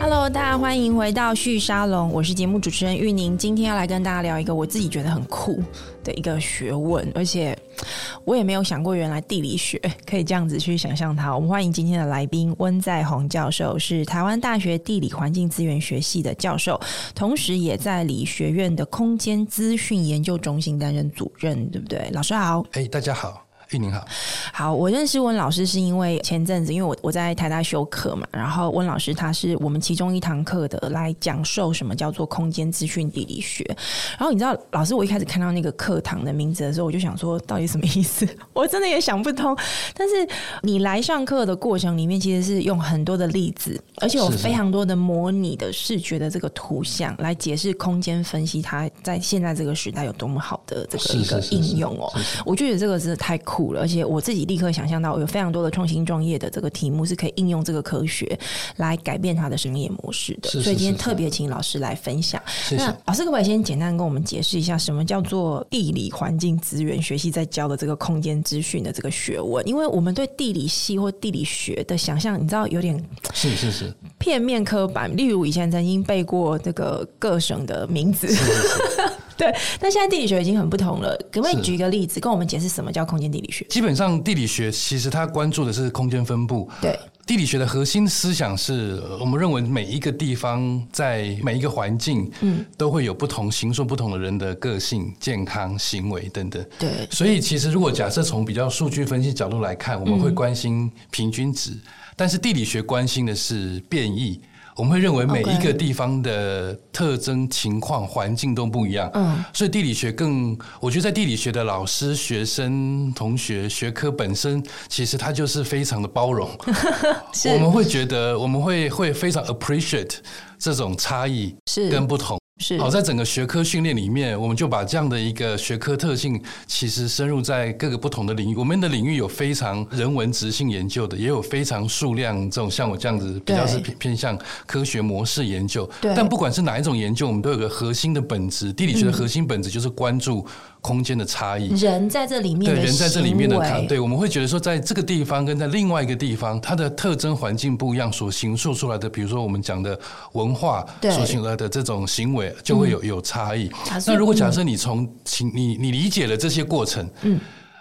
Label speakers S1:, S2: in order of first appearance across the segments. S1: Hello，大家欢迎回到旭沙龙，我是节目主持人玉宁。今天要来跟大家聊一个我自己觉得很酷的一个学问，而且我也没有想过，原来地理学 可以这样子去想象它。我们欢迎今天的来宾温在宏教授，是台湾大学地理环境资源学系的教授，同时也在理学院的空间资讯研究中心担任主任，对不对？老师好。
S2: 哎、大家好，玉宁好。
S1: 好，我认识温老师是因为前阵子，因为我我在台大修课嘛，然后温老师他是我们其中一堂课的来讲授什么叫做空间资讯地理学。然后你知道，老师我一开始看到那个课堂的名字的时候，我就想说到底什么意思， 我真的也想不通。但是你来上课的过程里面，其实是用很多的例子，而且有
S2: 是是
S1: 非常多的模拟的视觉的这个图像来解释空间分析，它在现在这个时代有多么好的这个
S2: 是
S1: 一
S2: 是
S1: 个
S2: 是是
S1: 应用哦。
S2: 是是
S1: 我就觉得这个真的太酷了，而且我自己立刻想象到有非常多的创新创业的这个题目是可以应用这个科学来改变它的商业模式的，
S2: 是是
S1: 所以今天
S2: 是是
S1: 特别请老师来分享。
S2: 谢
S1: 那
S2: 谢。
S1: 老师可不可以先简单跟我们解释一下，什么叫做地理环境资源学系在教的这个空间资讯的这个学问？因为我们对地理系或地理学的想象，你知道有点
S2: 是是是，
S1: 片面刻板。例如以前曾经背过这个各省的名字， 对，但现在地理学已经很不同了。可不可以
S2: 是
S1: 举一个例子，跟我们解释什么叫空间地理学？
S2: 基本上地理学其实它关注的是空间分布。
S1: 对，
S2: 地理学的核心思想是，呃我们认为每一个地方在每一个环境，嗯，都会有不同形塑不同的人的个性、健康、行为等等。
S1: 对，
S2: 所以，其实如果假设从比较数据分析角度来看，我们
S1: 嗯
S2: 会关心平均值，但是地理学关心的是变异。我们会认为每一
S1: OK
S2: 个地方的特征、情况、环境都不一样，
S1: 嗯，
S2: 所以地理学更，我觉得在地理学的老师、学生、同学、学科本身，其实它就是非常的包容。
S1: 是
S2: 我们会觉得，我们会会非常 appreciate 这种差异
S1: 是
S2: 跟不同。
S1: 是
S2: 好，在整个学科训练里面，我们就把这样的一个学科特性，其实深入在各个不同的领域。我们的领域有非常人文直性研究的，也有非常数量这种像我这样子比较是
S1: 对
S2: 偏偏向科学模式研究。
S1: 对嗯
S2: 但不管是哪一种研究，我们都有个核心的本质。地理学的核心本质就是关注空间的差异。
S1: 人在这里面
S2: 对
S1: 的
S2: 人在这里面的
S1: 行为
S2: 看，对，我们会觉得说，在这个地方跟在另外一个地方，它的特征环境不一样，所形塑出来的，比如说我们讲的文化
S1: 对
S2: 所形出来的这种行为，就会有、有差异。
S1: 啊所以
S2: 那如果假设你从情你你理解了这些过程，嗯。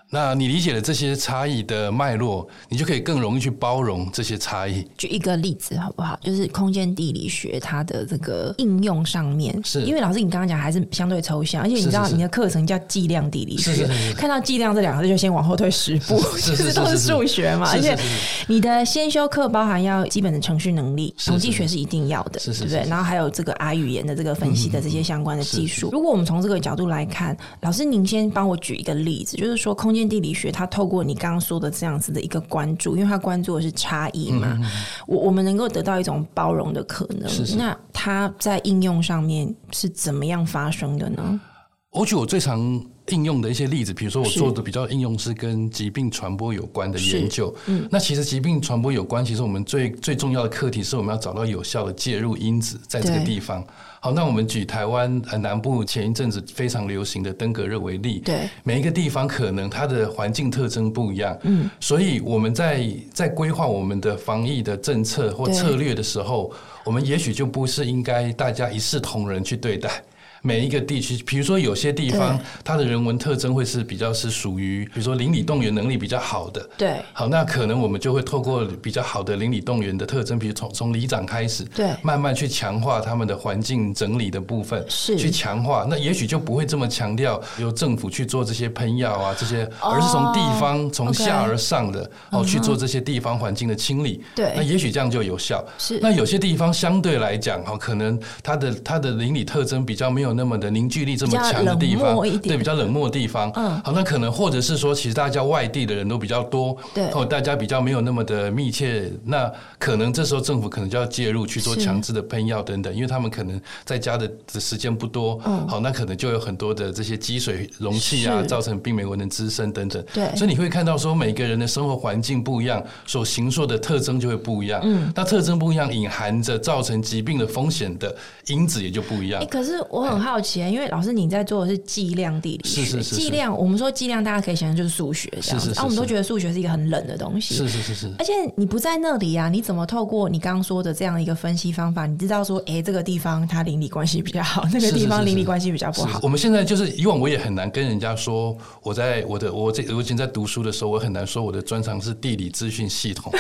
S2: 那你理解了这些差异的脉络，你就可以更容易去包容这些差异。
S1: 举一个例子好不好？就是空间地理学它的这个应用上面，
S2: 是
S1: 因为老师你刚刚讲还是相对抽象，而且你知道
S2: 是是是
S1: 你的课程叫计量地理学，
S2: 是是是是
S1: 看到计量这两个字就先往后退十步，
S2: 是是 是
S1: 就是都是
S2: 是是
S1: 数学嘛，
S2: 是是
S1: 而
S2: 是
S1: 且
S2: 是
S1: 你的先修课包含要基本的程序能力，
S2: 是
S1: 统计学是一定要的，
S2: 是是
S1: 对不
S2: 是
S1: 对？
S2: 是嗯
S1: 然后还有这个 R 语言的这个分析的这些相关的技术。如果我们从这个角度来看，老师您先帮我举一个例子，就是说空间地理学它透过你刚刚说的这样子的一个关注，因为它关注的是差异嘛，我我们能够得到一种包容的可能。
S2: 嗯是是
S1: 那它在应用上面是怎么样发生的
S2: 嗯
S1: 呢？
S2: 我举我最常应用的一些例子，比如说我
S1: 是
S2: 做的比较应用是跟疾病传播有关的
S1: 是
S2: 研究。嗯，那其实疾病传播有关，其实我们最最重要的课题是我们要找到有效的介入因子在这个
S1: 对
S2: 地方。好，那我们举台湾呃南部前一阵子非常流行的登革热为例。
S1: 对，
S2: 每一个地方可能它的环境特征不一样，嗯，所以我们在在规划我们的防疫的政策或
S1: 对
S2: 策略的时候，我们也许就不是应该大家一视同仁去对待。每一个地区，比如说有些地方
S1: 对，
S2: 它的人文特征会是比较是属于，比如说邻里动员能力比较好的，
S1: 对，
S2: 好，那可能我们就会透过比较好的邻里动员的特征，比如从从里长开始，
S1: 对
S2: 慢慢去强化他们的环境整理的部分，
S1: 是
S2: 去强化。那也许就不会这么强调由政府去做这些喷药啊这些，而是从地方从
S1: 哦 OK 嗯
S2: 下而上的哦去做这些地方环境的清理。
S1: 对
S2: 那也许这样就有效。
S1: 是
S2: 那有些地方相对来讲，哈，可能它的它的邻里特征比较没有那么的凝聚力这么
S1: 比较
S2: 强的地
S1: 冷
S2: 方
S1: 漠一，点
S2: 对，比较冷漠的地方，
S1: 嗯
S2: 好，那可能或者是说，其实大家外地的人都比较多，
S1: 对
S2: 哦，大家比较没有那么的密切，那可能这时候政府可能就要介入去做
S1: 是
S2: 强制的喷药等等，因为他们可能在家的的时间不多，
S1: 嗯
S2: 好，那可能就有很多的这些积水容器啊，
S1: 是
S2: 造成病媒蚊的滋生等等，
S1: 对
S2: 所以你会看到说每个人的生活环境不一样，所形塑的特征就会不一样，嗯，那特征不一样，隐含着造成疾病的风险的因子也就不一样
S1: 哎、，可是我很很好奇，因为老师你在做的是计量地理学，
S2: 是是是是
S1: 计量。我们说计量，大家可以想象就是数学这样子，
S2: 是是是
S1: 啊，我们都
S2: 是
S1: 觉得数学是一个很冷的东西，
S2: 是是是是
S1: 而且你不在那里啊，你怎么透过你刚刚说的这样一个分析方法，你知道说，哎、这个地方它邻里关系比较好，那个
S2: 是是
S1: 地方
S2: 是
S1: 邻里
S2: 是
S1: 关系比较不
S2: 是
S1: 好。
S2: 我们现在就是以往我也很难跟人家说，我在我的我这我以前在读书的时候，我很难说我的专长是地理资讯系统，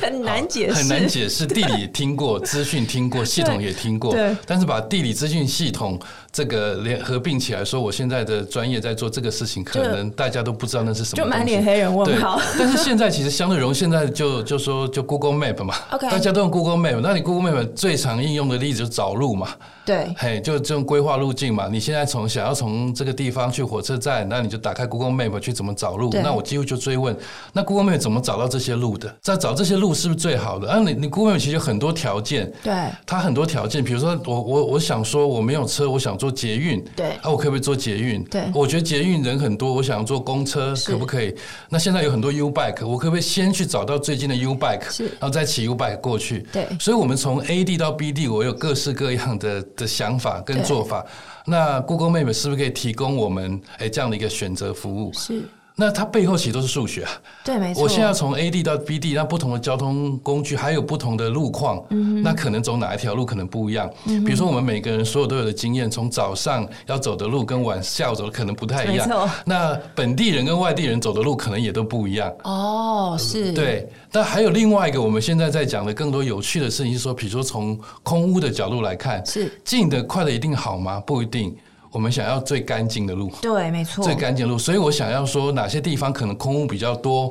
S1: 很 难解释，
S2: 很难解释。地理听过，资讯听过，系统也听过
S1: 对，
S2: 但是把地理资讯系统这个联合并起来说，我现在的专业在做这个事情，可能大家都不知道那是什么
S1: 就
S2: 东西，
S1: 满脸黑人
S2: 对
S1: 问号。，
S2: 但是现在其实相对容易，现在就就说就 Google Map 嘛
S1: OK
S2: 大家都用 Google Map。那你 Google Map 最常应用的例子就是找路嘛，
S1: 对，
S2: 嘿，就这种规划路径嘛。你现在从想要从这个地方去火车站，那你就打开 Google Map 去怎么找路
S1: 对。
S2: 那我几乎就追问，那 Google Map 怎么找到这些路的？在找这些路是不是最好的？啊，你你 Google Map 其实有很多条件，
S1: 对，
S2: 它很多条件，比如说我我我想说我没有车，我想坐捷运，
S1: 对
S2: 啊，我可不可以坐捷运？
S1: 对
S2: 我觉得捷运人很多，我想坐公车，
S1: 是
S2: 可不可以？那现在有很多 U bike，我可不可以先去找到最近的 U bike，
S1: 是
S2: 然后再骑 U bike 过去？
S1: 对
S2: 所以我们从 A 地到 B 地，我有各式各样的的想法跟
S1: 对
S2: 做法。那 Google Map 是不是可以提供我们诶这样的一个选择服务？
S1: 是，
S2: 那它背后其实都是数学啊。
S1: 对，没错。
S2: 我现在从 A 地到 B 地，那不同的交通工具还有不同的路况，
S1: 嗯
S2: 那可能走哪一条路可能不一样。比如说我们每个人所有都有的经验，从早上要走的路跟晚下午走的可能不太一
S1: 没错
S2: 样。那本地人跟外地人走的路可能也都不一样。
S1: 哦，是，，
S2: 对，那还有另外一个我们现在在讲的更多有趣的事情是说，比如说从空屋的角度来看，
S1: 是，
S2: 近的快的一定好吗？不一定。我们想要最干净的路。
S1: 对，没错
S2: 最。干净的路，所以我想要说哪些地方可能空屋比较多，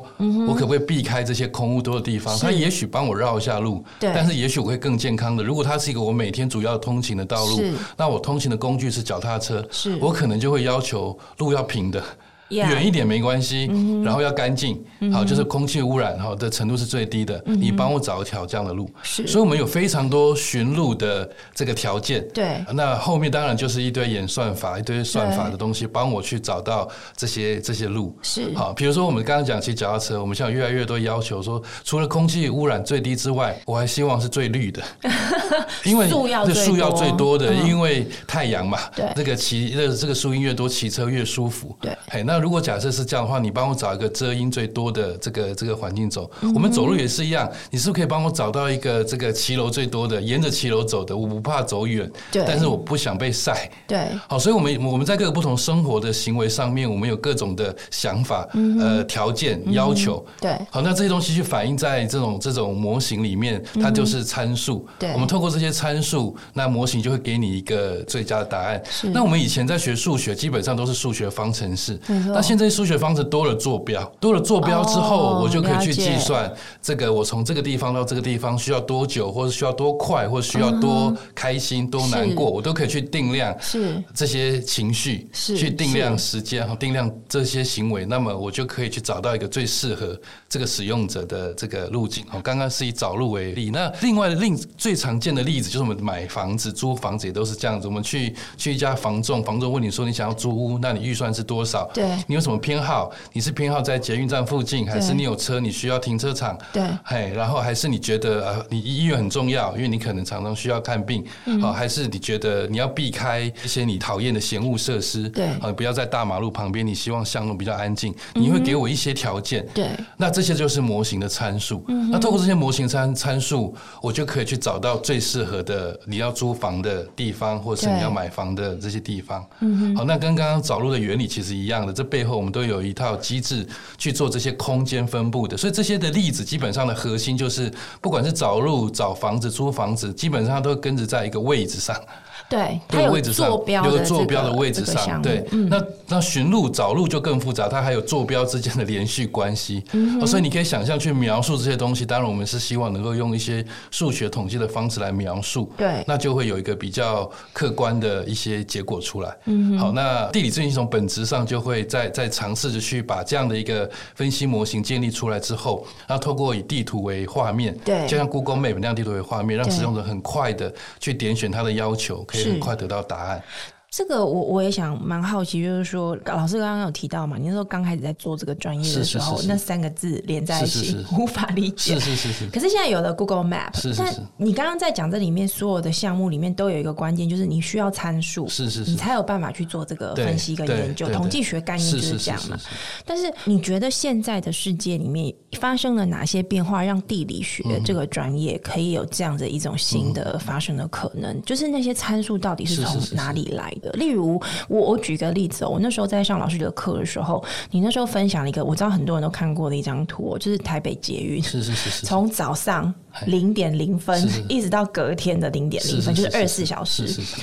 S2: 我可不可以避开这些空屋多的地方？
S1: 嗯是
S2: 它也许帮我绕一下路，
S1: 对
S2: 但是也许我会更健康的。如果它是一个我每天主要通勤的道路
S1: 是，
S2: 那我通勤的工具是脚踏车，
S1: 是
S2: 我可能就会要求路要平的。
S1: Yeah
S2: 远一点没关系，然后要干净，好，就是空气污染哈的程度是最低的。你帮我找一条这样的路，
S1: 是
S2: 所以我们有非常多寻路的这个条件，
S1: 对
S2: 那后面当然就是一堆演算法、一堆算法的东西，帮我去找到这些这些路。
S1: 是，
S2: 好，比如说我们刚刚讲骑脚踏车，我们现在有越来越多要求说，除了空气污染最低之外，我还希望是最 绿的，因为
S1: 树要
S2: 这
S1: 最
S2: 树要最多的，
S1: 多嗯
S2: 因为太阳嘛，
S1: 对
S2: 这个骑这这个树荫越多，骑车越舒服。
S1: 对
S2: 嘿，那如果假设是这样的话，你帮我找一个遮阴最多的这个这个环境走，
S1: 嗯
S2: 我们走路也是一样，你是不是可以帮我找到一个这个骑楼最多的，沿着骑楼走的，我不怕走远，
S1: 对
S2: 但是我不想被晒。
S1: 对，
S2: 好，所以我们我们在各个不同生活的行为上面，我们有各种的想法、
S1: 嗯
S2: 呃条件、要求。
S1: 对，
S2: 好，那这些东西去反映在这种这种模型里面，它就是参数。
S1: 嗯对
S2: 我们透过这些参数，那模型就会给你一个最佳的答案
S1: 是。
S2: 那我们以前在学数学，基本上都是数学方程式。
S1: 没错
S2: 那现在数学方程多了坐标，多了坐标之后，
S1: 哦
S2: 我就可以
S1: 了
S2: 去
S1: 解
S2: 计算这个我从这个地方到这个地方需要多久，或者需要多快，或者需要
S1: 嗯
S2: 多开心、多难过，我都可以去定量。
S1: 是，
S2: 这些情绪，
S1: 是
S2: 去定量时间和定量这些行为，那么我就可以去找到一个最适合这个使用者的这个路径。哦，刚刚是以找路为例，那另外的另最常见的例子就是我们买房子、租房子也都是这样子。我们去去一家房仲，房仲问你说你想要租屋，那你预算是多少？
S1: 对
S2: 你有什么偏好？你是偏好在捷运站附近，还是
S1: 对
S2: 你有车，你需要停车场？
S1: 对
S2: 嘿，然后还是你觉得呃，你医院很重要，因为你可能常常需要看病，啊、还是你觉得你要避开一些你讨厌的嫌恶设施，
S1: 对
S2: 啊、不要在大马路旁边，你希望巷弄比较安静，你会给我一些条件，
S1: 对，
S2: 那这些就是模型的参数。那透过这些模型参参数，我就可以去找到最适合的你要租房的地方，或是
S1: 对
S2: 你要买房的这些地方。好，那跟刚刚找路的原理其实一样的，这背后我们都有一套机制去做这些空间分布的。所以这些的例子基本上的核心就是，不管是找路、找房子、租房子，基本上都跟着在一个位置上。
S1: 对，它
S2: 对
S1: 有
S2: 位置上
S1: 坐标
S2: 有
S1: 的
S2: 个坐
S1: 这
S2: 标
S1: 个
S2: 的位
S1: 这
S2: 置
S1: 个项
S2: 上，
S1: 目嗯
S2: 对，那那寻路找路就更复杂，它还有坐标之间的连续关系、
S1: 嗯
S2: 哦所以你可以想象去描述这些东西。当然，我们是希望能够用一些数学统计的方式来描述，
S1: 对
S2: 那就会有一个比较客观的一些结果出来。嗯，好，那地理资讯系统本质上就会在在尝试着去把这样的一个分析模型建立出来之后，然后透过以地图为画面，
S1: 对
S2: 就像 Google Map 那样地图为画面，让
S1: 对
S2: 使用者很快的去点选它的要求，可以
S1: 是
S2: 很快得到答案。
S1: 这个我我也想蛮好奇，就是说老师刚刚有提到嘛，你那时候刚开始在做这个专业的
S2: 是
S1: 时
S2: 是
S1: 候，
S2: 是是
S1: 那三个字连在一起
S2: 是是是
S1: 无法理解。
S2: 是是是是，
S1: 可是现在有了 Google Map，
S2: 是是是
S1: 但你刚刚在讲这里面所有的项目里面都有一个关键，就是你需要参数，
S2: 是是
S1: 你
S2: 是，
S1: 才有办法去做这个
S2: 对
S1: 分析跟
S2: 对
S1: 研究。
S2: 对对
S1: 统计嗯学概念就是是
S2: 是
S1: 这
S2: 是
S1: 样嘛
S2: 是。是。
S1: 但是你觉得现在的世界里面发生了哪些变化，让地理学这个专业可以有这样的一种新的发生的可能？嗯就是那些参数到底是
S2: 是
S1: 从
S2: 是是
S1: 哪里来的？例如，我我举个例子、哦，我那时候在上老师的课的时候，你那时候分享了一个我知道很多人都看过的一张图、哦，就是台北捷运。
S2: 是是是是，
S1: 从早上
S2: 哎
S1: 零点零分
S2: 是是
S1: 一直到隔天的零点零分，就是二十四小时
S2: 是，是是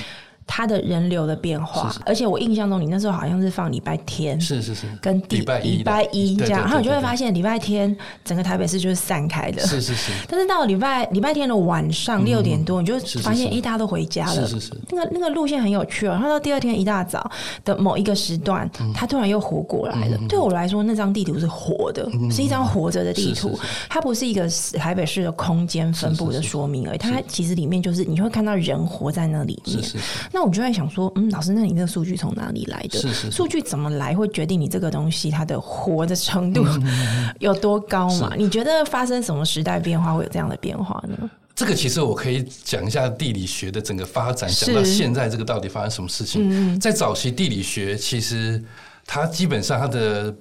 S1: 它的人流的变化。而且我印象中，你那时候好像是放礼拜天，
S2: 是是是，
S1: 跟第
S2: 礼拜一的
S1: 礼拜一这
S2: 对对
S1: 样，
S2: 对
S1: 然后你就会
S2: 对对
S1: 发现礼拜天整个台北市就是散开的。
S2: 是是是
S1: 但是到礼拜礼拜天的晚上六点多，你就是
S2: 是
S1: 发现，
S2: 是
S1: 诶，大家都回家了。
S2: 是是是，
S1: 那个那个路线很有趣哦，然后到第二天一大早的某一个时段，
S2: 嗯
S1: 它突然又活过来了。对我来说，那张地图是活的，是一张活着的地图，
S2: 嗯是是
S1: 它不是一个台北市的空间分布的说明而已，它其实里面就是你会看到人活在那里面
S2: 是。是是，
S1: 那我就在想说，嗯，老师，那你这个数据从哪里来的？
S2: 是是是
S1: 数据怎么来，会决定你这个东西它的活的程度
S2: 嗯
S1: 有多高嘛？你觉得发生什么时代变化会有这样的变化呢？
S2: 这个其实我可以讲一下地理学的整个发展，
S1: 是嗯
S2: 讲到现在这个到底发生什么事情。在早期地理学，其实它基本上它的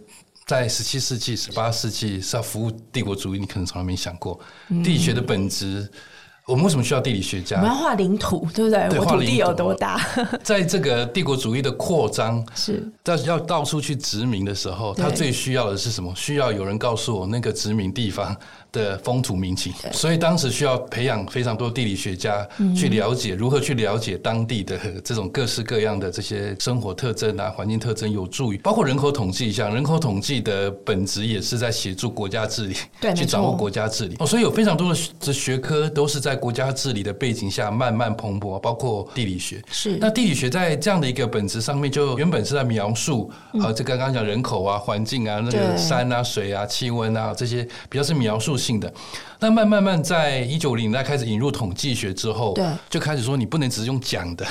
S2: 在十七世纪、十八世纪是要服务帝国主义，你可能从来没想过地理学的本质。我们为什么需要地理学
S1: 嗯我们要
S2: 家？
S1: 画领土，对不对？
S2: 啊对
S1: 我
S2: 画
S1: 土
S2: 领
S1: 地有
S2: 土
S1: 多大？
S2: 在这个帝国主义的扩张，
S1: 是
S2: 但是要到处去殖民的时候，
S1: 对
S2: 他最需要的是什么？需要有人告诉我那个殖民地方的风土民情。所以当时需要培养非常多地理学家
S1: 嗯
S2: 去了解如何去了解当地的这种各式各样的这些生活特征啊、环境特征，有助于包括人口统计一下，人口统计的本质也是在协助国家治理，
S1: 对没
S2: 去
S1: 错
S2: 掌握国家治理。哦，所以有非常多的学的学科都是在国家治理的背景下慢慢蓬勃，包括地理学。
S1: 是
S2: 那地理学在这样的一个本质上面，就原本是在描述
S1: 嗯
S2: 啊，这个刚刚讲人口啊、环境啊、那
S1: 对
S2: 个山啊、水啊、气温啊这些比较是描述性的。那慢慢慢，在一九零年代开始引入统计学之后，
S1: 对嗯
S2: 就开始说你不能只是用讲的。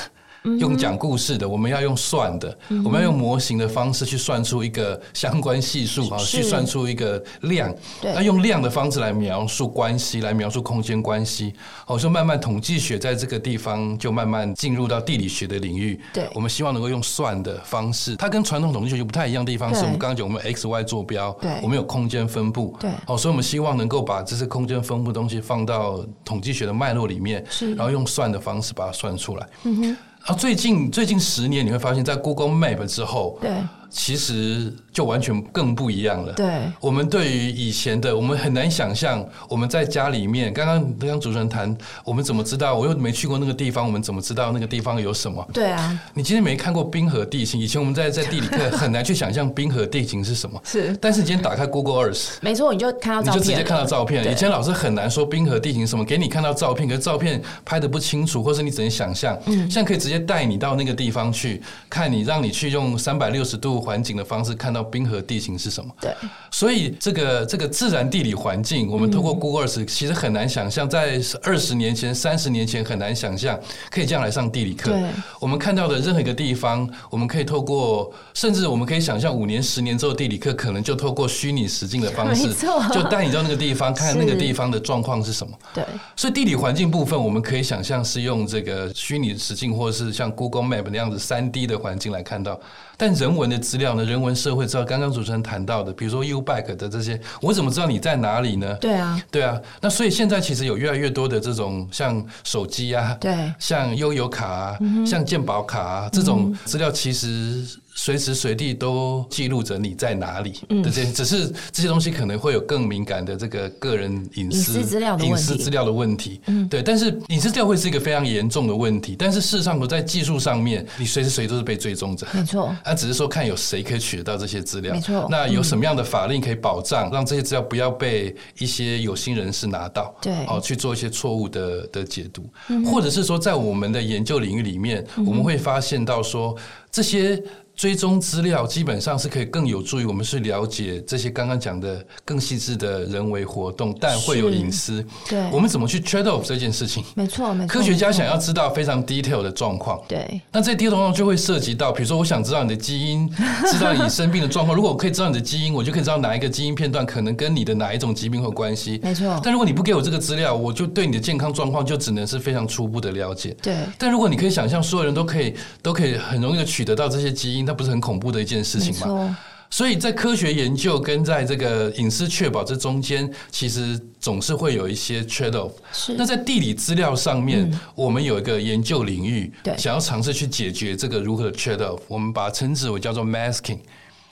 S2: 用讲故事的，我们要用算的，我们要用模型的方式去算出一个相关系数啊，
S1: 是
S2: 去算出一个量。
S1: 对
S2: 那用量的方式来描述关系，来描述空间关系。哦，就慢慢统计学在这个地方就慢慢进入到地理学的领域。
S1: 对
S2: 我们希望能够用算的方式，它跟传统统计学就不太一样的地方是
S1: 对
S2: 我们刚刚讲我们 x y 坐标，
S1: 对
S2: 我们有空间分布，
S1: 对
S2: 哦，所以我们希望能够把这些空间分布的东西放到统计学的脉络里面，
S1: 是
S2: 然后用算的方式把它算出来。嗯哼。啊，最近最近十年，你会发现在 Google Map 之后，
S1: 对
S2: 其实就完全更不一样了。
S1: 对
S2: 我们对于以前的，我们很难想象我们在家里面，刚刚刚刚主持人谈，我们怎么知道？我又没去过那个地方，我们怎么知道那个地方有什么？
S1: 对啊，
S2: 你今天没看过冰河地形，以前我们在在地理课很难去想象冰河地形是什么，
S1: 是
S2: 但是你今天打开 Google Earth。
S1: 没错，你就看到
S2: 你
S1: 照
S2: 就
S1: 片，
S2: 直接看到照片了。以前老师很难说冰河地形什么，给你看到照片，可是照片拍的不清楚，或是你只能想象。
S1: 嗯
S2: 现在可以直接带你到那个地方去看你，让你去用三百六十度环景的方式看到冰河地形是什么。
S1: 对
S2: 所以这个这个自然地理环境，我们透过
S1: 嗯
S2: Google Earth 其实很难想象，在二十年前、三十年前很难想象可以这样来上地理课
S1: 对。
S2: 我们看到的任何一个地方，我们可以透过，甚至我们可以想象五年、十年之后地理课可能就透过虚拟实境的方式
S1: 没错，
S2: 就带你到那个地 方，看看那个地方的状况是什么。
S1: 对
S2: 所以地理环境部分，我们可以想象是用这个虚拟实境，或者是像 Google Map 那样子三 D 的环境来看到。但人文的资料呢？人文社会资料，刚刚主持人谈到的，比如说 U Bike 的这些，我怎么知道你在哪里呢？
S1: 对啊，
S2: 对啊，那所以现在其实有越来越多的这种像手机啊，
S1: 对
S2: 像悠游卡啊，
S1: 嗯
S2: 像健保卡啊，这种资料其实随时随地都记录着你在哪里
S1: 嗯
S2: 的这些，只是这些东西可能会有更敏感的这个个人隐私
S1: 隐私资料的问题嗯
S2: 隐私资料的问题。对，但是隐私资料会是一个非常严重的问题，但是事实上我在技术上面，你随时随地都是被追踪着。
S1: 没错，
S2: 那只是说看有谁可以取得到这些资料，
S1: 没错嗯
S2: 那有什么样的法令可以保障，让这些资料不要被一些有心人士拿到，
S1: 对嗯
S2: 哦，去做一些错误的的解读，或者是说在我们的研究领域里面，我们会发现到说这些。追踪资料基本上是可以更有助于我们去了解这些刚刚讲的更细致的人为活动，但会有
S1: 是
S2: 隐私。
S3: 对
S2: 我，们怎么去 trade off 这件事情？
S3: 没错没错。
S2: 科学家
S3: 没错
S2: 想要知道非常 detail 的状况，
S3: 对
S2: 那这第一种就会涉及到，比如说，我想知道你的基因， 知道你生病的状况。如果我可以知道你的基因，我就可以知道哪一个基因片段可能跟你的哪一种疾病有关系。
S3: 没错
S2: 但如果你不给我这个资料，我就对你的健康状况就只能是非常初步的了解。
S3: 对，
S2: 但如果你可以想象，所有人都可以都可以很容易的取得到这些基因，那不是很恐怖的一件事
S3: 没
S2: 情吗？
S3: 错，
S2: 所以在科学研究跟在这个隐私确保这中间，其实总是会有一些 trade off。
S3: 是
S2: 那在地理资料上面，我们有一个研究领域
S3: 嗯对，
S2: 想要尝试去解决这个如何的 trade off，我们把它称之为叫做 masking。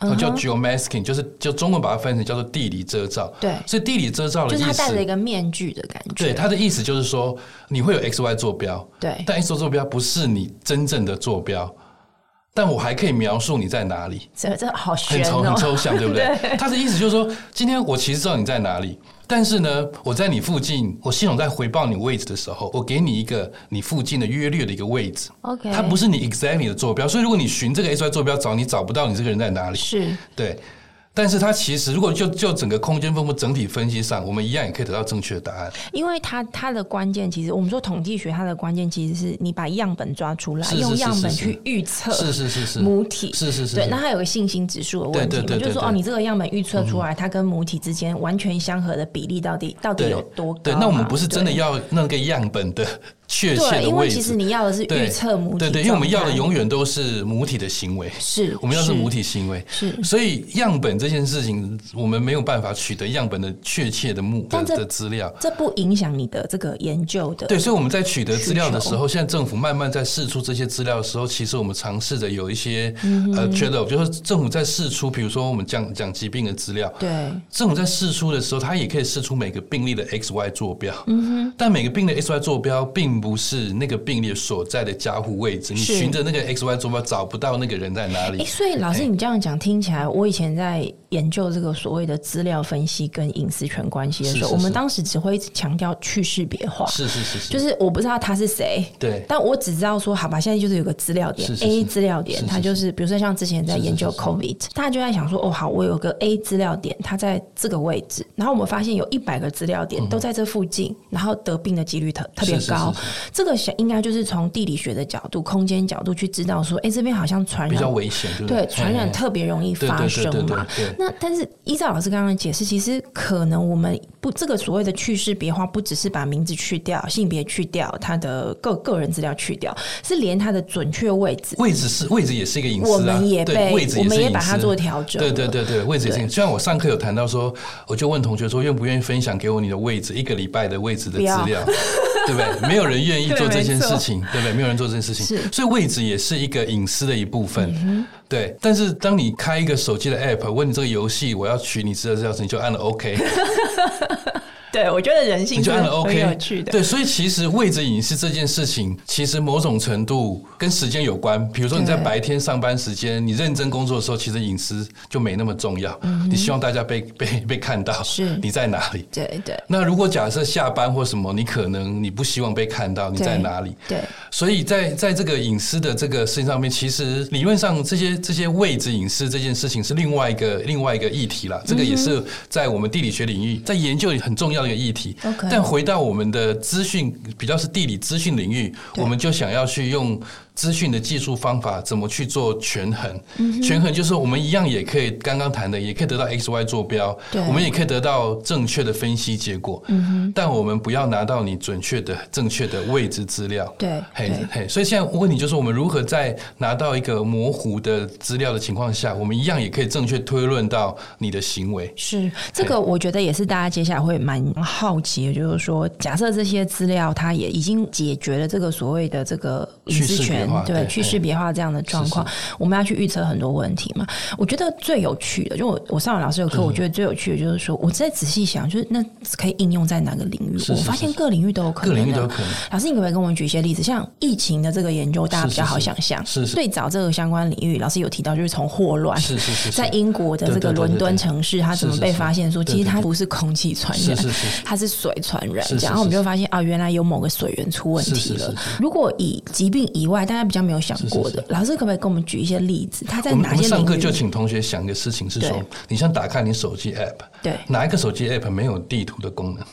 S2: 叫
S3: 嗯
S1: 嗯
S2: 哦 geomasking，就是就中文把它翻译成叫做地理遮罩。
S3: 对
S2: 所以地理遮罩的
S3: 就
S2: 意
S3: 是他
S2: 思，
S3: 戴着一个面具的感觉。
S2: 对它的意思就是说，你会有 x y 坐标，
S3: 对
S2: 但 x y 坐标不是你真正的坐标，但我还可以描述你在哪里。
S3: 这这好悬
S2: 很抽
S3: 哦
S2: 很，抽象，对不对？他的意思就是说，今天我其实知道你在哪里，但是呢，我在你附近，我系统在回报你位置的时候，我给你一个你附近的约略的一个位置。
S3: OK
S2: 它不是你 exactly 的坐标，所以如果你循这个 x y 坐标找，你找不到你这个人在哪里。
S3: 是
S2: 对，但是它其实如果就就整个空间分布整体分析上，我们一样也可以得到正确的答案。
S1: 因为它它的关键其实我们说统计学它的关键其实是你把样本抓出来，
S2: 是是
S1: 用
S2: 是
S1: 样本
S2: 是是
S1: 去预测
S2: 是是是是，
S1: 母体
S2: 是是是，
S1: 对，那它有个信心指数的问题
S2: 对对
S1: 嘛，
S2: 对对
S1: 就是说
S2: 对嗯
S1: 哦，你这个样本预测出来，它跟母体之间完全相合的比例到底到底
S2: 对
S1: 有多高嘛？
S2: 对，那我们不是真的
S1: 对
S2: 要那个样本的确切
S1: 对，
S2: 的
S1: 因
S2: 位
S1: 为
S2: 置。
S1: 其实你要的是
S2: 对
S1: 预测母体
S2: 对对，因为我们要
S1: 状
S2: 的
S1: 态
S2: 永远都是母体的行为，
S1: 是
S2: 我们要是母体嗯行为，
S1: 是
S2: 所以样本这件事情，我们没有办法取得样本的确切的目的
S1: 但这
S2: 的资料。
S1: 这不影响你的这个研究的。
S2: 对，所以我们在取得资料的
S1: 需求
S2: 时候，现在政府慢慢在试出这些资料的时候，其实我们尝试着有一些、
S1: 嗯
S2: 呃 t r a d 就是政府在试出，比如说我们讲讲疾病的资料，
S1: 对
S2: 政府在试出的时候，它也可以试出每个病例的 x、y 坐标。嗯哼。但每个病例的 x、y 坐标并不是那个病例所在的家户位置，你
S1: 是
S2: 循着那个 x、y 坐标找不到那个人在哪
S1: 诶，
S2: 里。
S1: 所以老
S2: 哎
S1: 师，你这样讲听起来，我以前在研究这个所谓的资料分析跟隐私权关系的时候，
S2: 是是
S1: 我们
S2: 是
S1: 当时只会强调去识别化，
S2: 是是是是，
S1: 就是我不知道他是谁，
S2: 对
S1: 但我只知道说，好吧，现在就是有个资料点
S2: 是是是
S1: A 资料点，
S2: 是是
S1: 它就是比如说像之前在研究
S2: 是是是
S1: COVID，大家就在想说，哦，好，我有个 A 资料点，它在这个位置，然后我们发现有一百个资料点都在这附近，然后得病的几率特特别
S2: 是是
S1: 高
S2: 是。
S1: 这个想应该就是从地理学的角度、空间角度去知道说，哎，这边好像传
S2: 比较
S1: 染。
S2: 危险，
S1: 嗯
S2: 对不
S1: 对，
S2: 对？
S1: 传染
S2: 嗯
S1: 特别容易
S2: 对
S1: 发
S2: 对
S1: 生
S2: 对对
S1: 嘛。
S2: 对对
S1: 那但是依照老师刚刚的解释，其实可能我们不这个所谓的去识别化，不只是把名字去掉、性别去掉、他的个个人资料去掉，是连他的准确位置，
S2: 位置是位置也是一个隐私啊，
S1: 我们也
S2: 对
S1: 被
S2: 位置
S1: 我们也
S2: 是隐私
S1: 把它做调整
S2: 对对对对，位置也是隐私。虽然我上课有谈到说，我就问同学说，愿不愿意分享给我你的位置，一个礼拜的位置
S1: 不
S2: 的资
S1: 要
S2: 料，对不 对？没有人愿意做这件
S1: 对没错
S2: 事情，对不对？没有人做这件事情
S1: 是，嗯
S2: 所以位置也是一个隐私的一部分。对，但是当你开一个手机的 app，问你这个游戏我要取你资料资料时，你就按了 OK，
S1: 对我觉得人性
S2: 你就按了
S1: 是很
S2: OK，
S1: 有趣的。
S2: 对，所以其实位置隐私这件事情，其实某种程度跟时间有关。比如说你在
S1: 对
S2: 白天上班时间，你认真工作的时候，其实隐私就没那么重要。你希望大家被 被被看到，
S1: 嗯是
S2: 你在哪里？
S1: 对对
S2: 那如果假设下班或什么，你可能你不希望被看到，你在哪里？
S1: 对，
S2: 所以在在这个隐私的这个事情上面，其实理论上这些这些位置隐私这件事情是另外一个另外一个
S1: 嗯
S2: 议题啦。这个也是在我们地理学领域在研究里很重要的一个议题。
S1: OK
S2: 但回到我们的资讯比较是地理资讯领域，我们就想要去用。资讯的技术方法怎么去做权衡？
S1: 嗯
S2: 权衡就是我们一样也可以刚刚谈的，也可以得到 x y 坐标，
S1: 对嗯
S2: 我们也可以得到正确的分析结果。但我们不要拿到你准确的、正确的位置资料。
S1: 对
S2: 嘿
S1: 对
S2: 嘿，所以现在问题就是，我们如何在拿到一个模糊的资料的情况下，我们一样也可以正确推论到你的行为。
S1: 是这个，我觉得也是大家接下来会蛮好奇的，就是说，假设这些资料它也已经解决了这个所谓的这个隐私
S2: 去识别
S1: 权
S2: 化，
S1: 对，
S2: 对
S1: 去识别化这样的状况，我们要去预测很多问题嘛。我觉得最有趣的，就我我上完老师的
S2: 嗯
S1: 课，我觉得最有趣的就是说，我再仔细想，就是那可以应用在哪个领域？
S2: 是
S1: 我
S2: 是
S1: 发现
S2: 是
S1: 各领域都有可
S2: 各
S1: 能的嘛。
S2: 领域都有可能。
S1: 老师，你可不可以跟我们举一些例子？像疫情的这个研究，大家比较好想象。
S2: 是是是
S1: 最早这个相关领域，老师有提到，就是从霍乱，
S2: 是是是是
S1: 在英国的这个伦敦城市，它怎么被发现说，
S2: 对对对对对
S1: 其实它不是空气传
S2: 是
S1: 染
S2: 是是，
S1: 它是水传染，
S2: 是
S1: 这
S2: 是
S1: 样然后我们
S2: 是
S1: 就发现啊，原来有某个水源出问题
S2: 是是是
S1: 了
S2: 是。
S1: 如果以疾病以外，大家比较没有想过的，老师可不可以给我们举一些例子？他在
S2: 我们
S1: 哪
S2: 我
S1: 些
S2: 们上课
S1: 领
S2: 就
S1: 域？
S2: 请同学想一个事情是说
S1: 对，
S2: 你像打开你手机 app，
S1: 对
S2: 哪一个手机 app 没有地图的功能？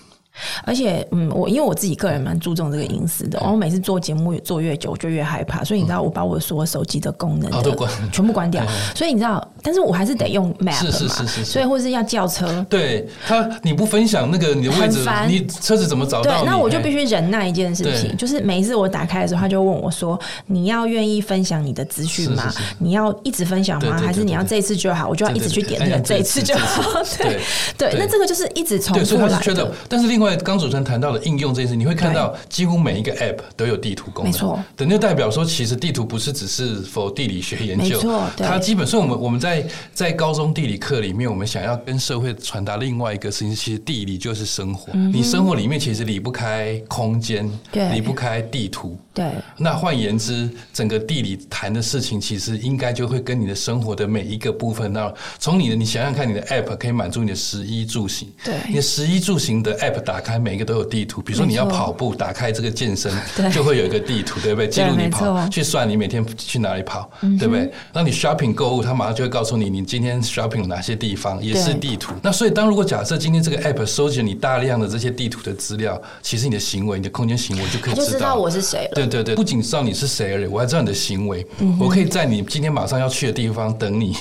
S1: 而且，嗯，我因为我自己个人蛮注重这个隐私的，然后每次做节目越做越久，我就越害怕，所以你知道，我把我所有手机的功能
S2: 嗯哦
S1: 的
S2: 都关
S1: 全部关掉。所以你知道，但是我还是得用 map 嘛，
S2: 是是是是是
S1: 所以或是要叫车。
S2: 对他，你不分享那个你的位置
S1: 很，烦
S2: 你车子怎么找
S1: 对
S2: 到，你？
S1: 那我就必
S2: 须
S1: 须忍耐一件事情，
S2: 哎对
S1: 就是每一次我打开的时候，他就问我说：“你要愿意分享你的资讯吗？
S2: 是是是
S1: 你要一直分享吗？
S2: 对对对
S1: 还是你要
S2: 对对哎
S1: 这一次就好？”我就要一直去点那个这一次就好。 对
S2: 对。
S1: 对，
S2: 对
S1: 那这个就是一直重
S2: 对，所
S1: 复
S2: 以他
S1: 来
S2: 是缺
S1: 的
S2: 的。。但是另外，刚主持人谈到的应用这件事，你会看到几乎每一个 App 都有地图功能，
S1: 没错。
S2: 等就代表说，其实地图不是只是否地理学研
S1: 没
S2: 究，
S1: 错对
S2: 它基本上我们我们在在高中地理课里面，我们想要跟社会传达另外一个事情，其实地理就是生活，你生活里面其实离不开空间，
S1: 嗯对
S2: 离不开地图。
S1: 对，
S2: 那换言之，整个地理谈的事情，其实应该就会跟你的生活的每一个部分。那从你的，你想想看，你的 App 可以满足你的食衣住行。
S1: 对
S2: 你的食衣住行的 App 打开，每一个都有地图。比如说
S1: 没
S2: 你
S1: 错
S2: 要跑步，打开这个健身
S1: 对，
S2: 就会有一个地图，对不对？记录
S1: 没
S2: 你
S1: 错嗯
S2: 跑，去算你每天去哪里跑，对不对？那你 shopping 购物，它马上就会告诉你，你今天 shopping 有哪些地方，也
S1: 对
S2: 是地图。那所以，当如果假设今天这个 App 收集了你大量的这些地图的资料，其实你的行为、你的空间行为就可
S3: 他
S2: 以
S3: 就知
S2: 知
S3: 道
S2: 道
S3: 我是谁了。
S2: 对对对，不仅知道你是谁而已，我还知道你的行为，我可以在你今天马上要去的地方等你。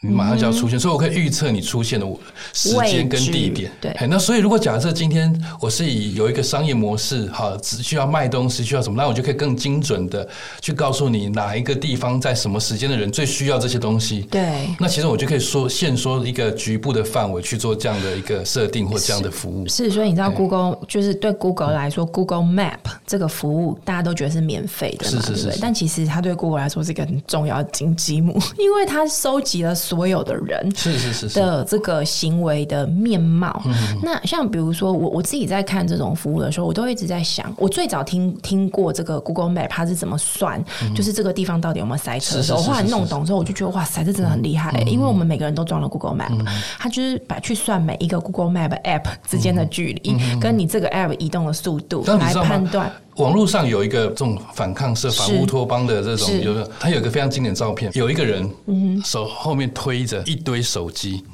S2: 你马上就要出现，所以我可以预测你出现的时间跟地点。
S1: 位置对
S2: 嘿，那所以如果假设今天我是以有一个商业模式，哈，只需要卖东西，需要什么，那我就可以更精准的去告诉你哪一个地方在什么时间的人最需要这些东西。
S1: 对。
S2: 那其实我就可以说限缩一个局部的范围去做这样的一个设定或这样的服务。
S1: 是，所以你
S2: 哎
S1: 知道 Google 就是对 Google 来说，Google Map 这个服务大家都觉得是免费的嘛，
S2: 是是
S1: 对不
S2: 是
S1: 对？
S2: 是
S1: 但其实它对 Google 来说是一个很重要的金鸡母，因为它收集了所有的人。
S2: 是是是嗯是，
S1: 的这个行为的面貌，那像比如说我我自己在看这种服务的时候，我都一直在想，我最早听听过这个 Google Map 它是怎么算，就是这个地方到底有没有塞车的时候，
S2: 嗯是是是
S1: 我后来
S2: 是嗯
S1: 弄懂之后，我就觉得哇塞，这真的很厉害、因为我们每个人都装了 Google Map，、它就是把去算每一个 Google Map App 之间的距离，
S2: 嗯
S1: 跟你这个 App 移动的速度
S2: 但你
S1: 来
S2: 知道吗
S1: 判断。
S2: 网络上有一个这种反抗社、反乌托邦的这种
S1: 是，
S2: 有没有？他有一个非常经典的照片，有一个人手后面推着一堆手机，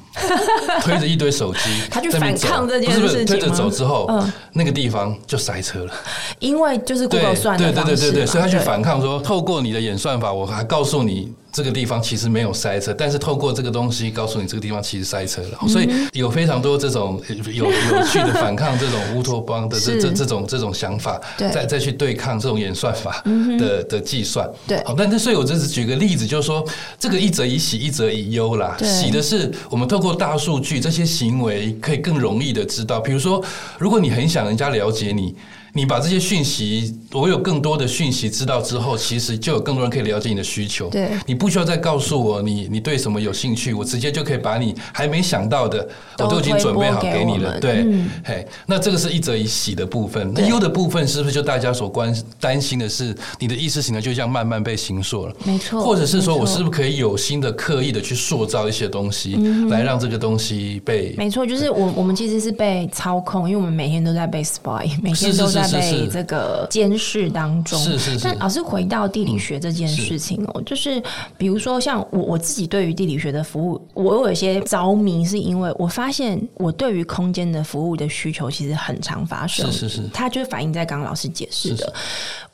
S2: 推着一堆手机，
S1: 嗯 他去
S2: 在那边
S1: 反抗
S2: 走
S1: 这件
S2: 不是不是
S1: 事情
S2: 推着
S1: 吗嗯
S2: 走之后，那个地方就塞车了。
S1: 因为就是
S2: 对
S1: Google 算的
S2: 对对
S1: 方式
S2: 对对对，
S1: 嘛
S2: 所以他去反抗说，透过你的演算法，我还告诉你。这个地方其实没有塞车，但是透过这个东西告诉你这个地方其实塞车
S1: 嗯
S2: 了，所以有非常多这种有有趣的反抗这种乌托邦的这
S1: 是
S2: 这这种这种想法，
S1: 对嗯
S2: 再再去对抗这种演算法的的计算。
S1: 对
S2: 好，但是所以我只是举个例子，就是说这个一则以喜，一则以忧啦。
S1: 对
S2: 喜的是我们透过大数据这些行为可以更容易的知道，比如说如果你很想人家了解你。你把这些讯息，我有更多的讯息知道之后，其实就有更多人可以了解你的需求。
S1: 对
S2: 你不需要再告诉我你你对什么有兴趣，我直接就可以把你还没想到的，我
S1: 都
S2: 都已经
S1: 推
S2: 准
S1: 播
S2: 备好
S1: 给
S2: 给
S1: 我
S2: 你了。
S1: 们
S2: 对，
S1: 嗯
S2: 嘿，那这个是一则以喜的部分，那
S1: 对
S2: 忧的部分是不是就大家所关担心的是你的意识形态就这样慢慢被形塑了？
S1: 没错，
S2: 或者是说
S1: 没
S2: 我
S1: 错
S2: 是不是可以有心的、刻意的去塑造一些东西，来让这个东西被
S1: 嗯没错，就是我我们其实是被操控，因为我们每天都在被 spy，每天都在
S2: 是是
S1: 被
S2: 是
S1: 这个监视当中。
S2: 是是是嗯
S1: 但老师回到地理学这件事情哦，就是比如说像我我自己对于地理学的服务，我有一些着迷，是因为我发现我对于空间的服务的需求其实很常发生。
S2: 是是是
S1: 它就反映在刚刚老师解释的，
S2: 是是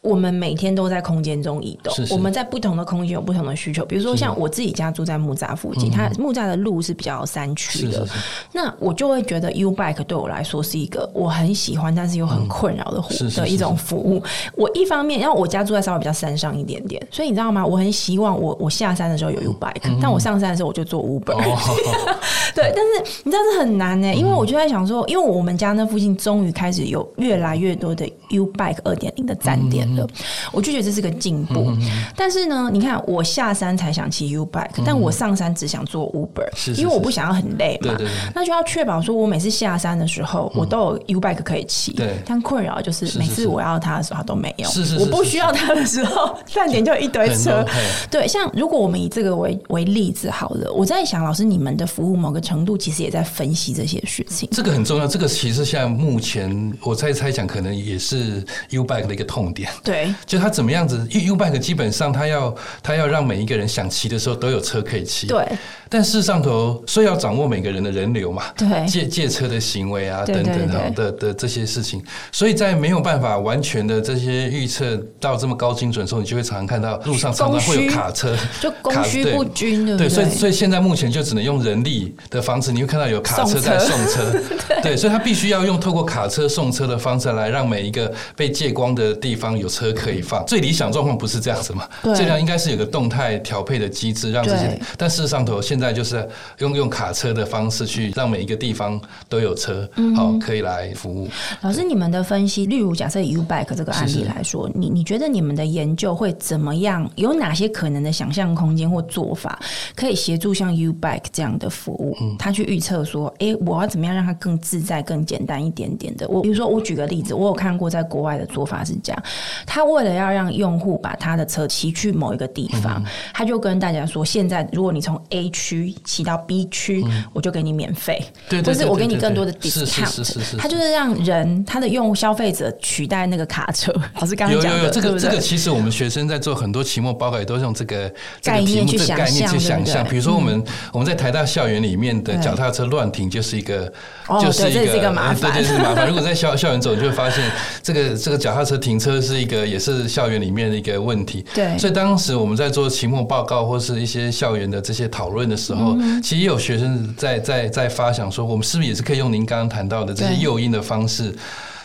S1: 我们每天都在空间中移动，
S2: 是是
S1: 我们在不同的空间有不同的需求。比如说像我自己家住在木栅附近，它木栅的路是比较山区的，
S2: 嗯是是是
S1: 那我就会觉得 U Bike 对我来说是一个我很喜欢，但是又很困扰的活、
S2: 嗯是是
S1: 的
S2: 是
S1: 一种服务。我一方面，因为我家住在稍微比较山上一点点，所以你知道吗？我很希望我我下山的时候有 U Bike，、但我上山的时候我就坐 Uber、
S2: 嗯哦， 嗯
S1: 对，但是你知道这很难呢、因为我就在想说，因为我们家那附近终于开始有越来越多的 U Bike 二点零的站点，
S2: 嗯
S1: 了，我就觉得这是个进步。但是呢，你看我下山才想骑 U bike，、但我上山只想做 Uber，
S2: 嗯是是
S1: 因为我
S2: 是
S1: 不想要很累嘛。
S2: 对对对
S1: 那就要确保说我每次下山的时候，我都有 U bike 可以骑。
S2: 嗯对
S1: 但困扰就是
S2: 是
S1: 每
S2: 是
S1: 次
S2: 是
S1: 我要它的时候，它都没有。
S2: 是是是
S1: 我不
S2: 是
S1: 需要它的时候，站点就一堆
S2: 很多
S1: 车
S2: 嘿。
S1: 对，像如果我们以这个为为例子好了，我在想，老师你们的服务某个程度其实也在分析这些事情。
S2: 这个很重要，这个其实现在目前我在猜想，可能也是 U Bike 的一个痛点。
S1: 对，
S2: 就它怎么样子，U U Bike 基本上它要它要让每一个人想骑的时候都有车可以骑。
S1: 对，
S2: 但事实上头，所以要掌握每个人的人流嘛，
S1: 对
S2: 借借车的行为啊，
S1: 对
S2: 等等啊
S1: 对
S2: 的的这些事情，所以在没有办法完全的这些预测到这么高精准的时候，你就会常常看到路上常常会
S1: 供需
S2: 有卡车，
S1: 就供
S2: 卡
S1: 需
S2: 对
S1: 不均，对不
S2: 对，所以
S1: 对？
S2: 所以现在目前就只能用人力的方式，你会看到有卡车
S1: 送车
S2: 在送车， 对，所以他必须要用透过卡车送车的方式来让每一个被借光的地方有车可以放。最理想状况不是这样子嘛？
S1: 对
S2: 这样应该是有个动态调配的机制，让这些
S1: 对。
S2: 但事实上头现在就是用用卡车的方式去让每一个地方都有车，
S1: 嗯
S2: 好可以来服务。
S1: 老师，你们的分析，例如假设以 U Bike 这个案
S2: 是
S1: 例
S2: 是
S1: 来说，你你觉得你们的研究会怎么样？有哪些可能的想象空间或做法，可以协助像 U Bike 这样的服务，
S2: 嗯
S1: 他去预测说，诶，我要怎么样让它更自在、更简单一点点的？我比如说，我举个例子，我有看过在国外的做法是这样，他为了要让用户把他的车骑去某一个地
S2: 嗯
S1: 方，他就跟大家说，现在如果你从 A 区骑到 B 区，
S2: 嗯
S1: 我就给你免费，
S2: 对
S1: 或
S2: 对
S1: 是
S2: 对
S1: 我给
S2: 对
S1: 你
S2: 对
S1: 更多的
S2: 对是是
S1: discount，
S2: 是是是
S1: 他就。就是让人他的用户消费者取代那个卡车， 老师刚刚
S2: 有
S1: 讲
S2: 有
S1: 的，
S2: 有，这
S1: 对
S2: 个
S1: 不
S2: 这
S1: 对
S2: 个，其实我们学生在做很多期末报告，也都是用这个这个
S1: 概念
S2: 题目
S1: 去
S2: 这个概念
S1: 想象
S2: 去想
S1: 对不嗯
S2: 象。
S1: 对
S2: 比如说我们我们在台大校园里面的
S1: 对
S2: 脚踏车乱停，就是一个
S1: 哦
S2: 就是
S1: 对
S2: 一
S1: 这是一个麻
S2: 呃
S1: 烦
S2: 对，就是麻烦。如果在校校园走，你就会发现这个这个脚踏车停车是一个也是校园里面的一个问题。
S1: 对
S2: 所以当时我们在做期末报告或是一些校园的这些讨论的时候，
S1: 嗯
S2: 其实也有学生在在在发想说，我们是不是也是可以用您刚刚谈到的这些
S1: 对
S2: 诱因的方式？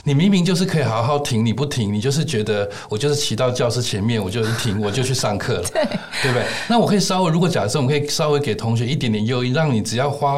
S2: 你明明就是可以好好停，你不停，你就是觉得我就是骑到教室前面，我就是停，我就去上课了，对不对？那我可以稍微，如果假设我们可以稍微给同学一点点诱因，让你只要花。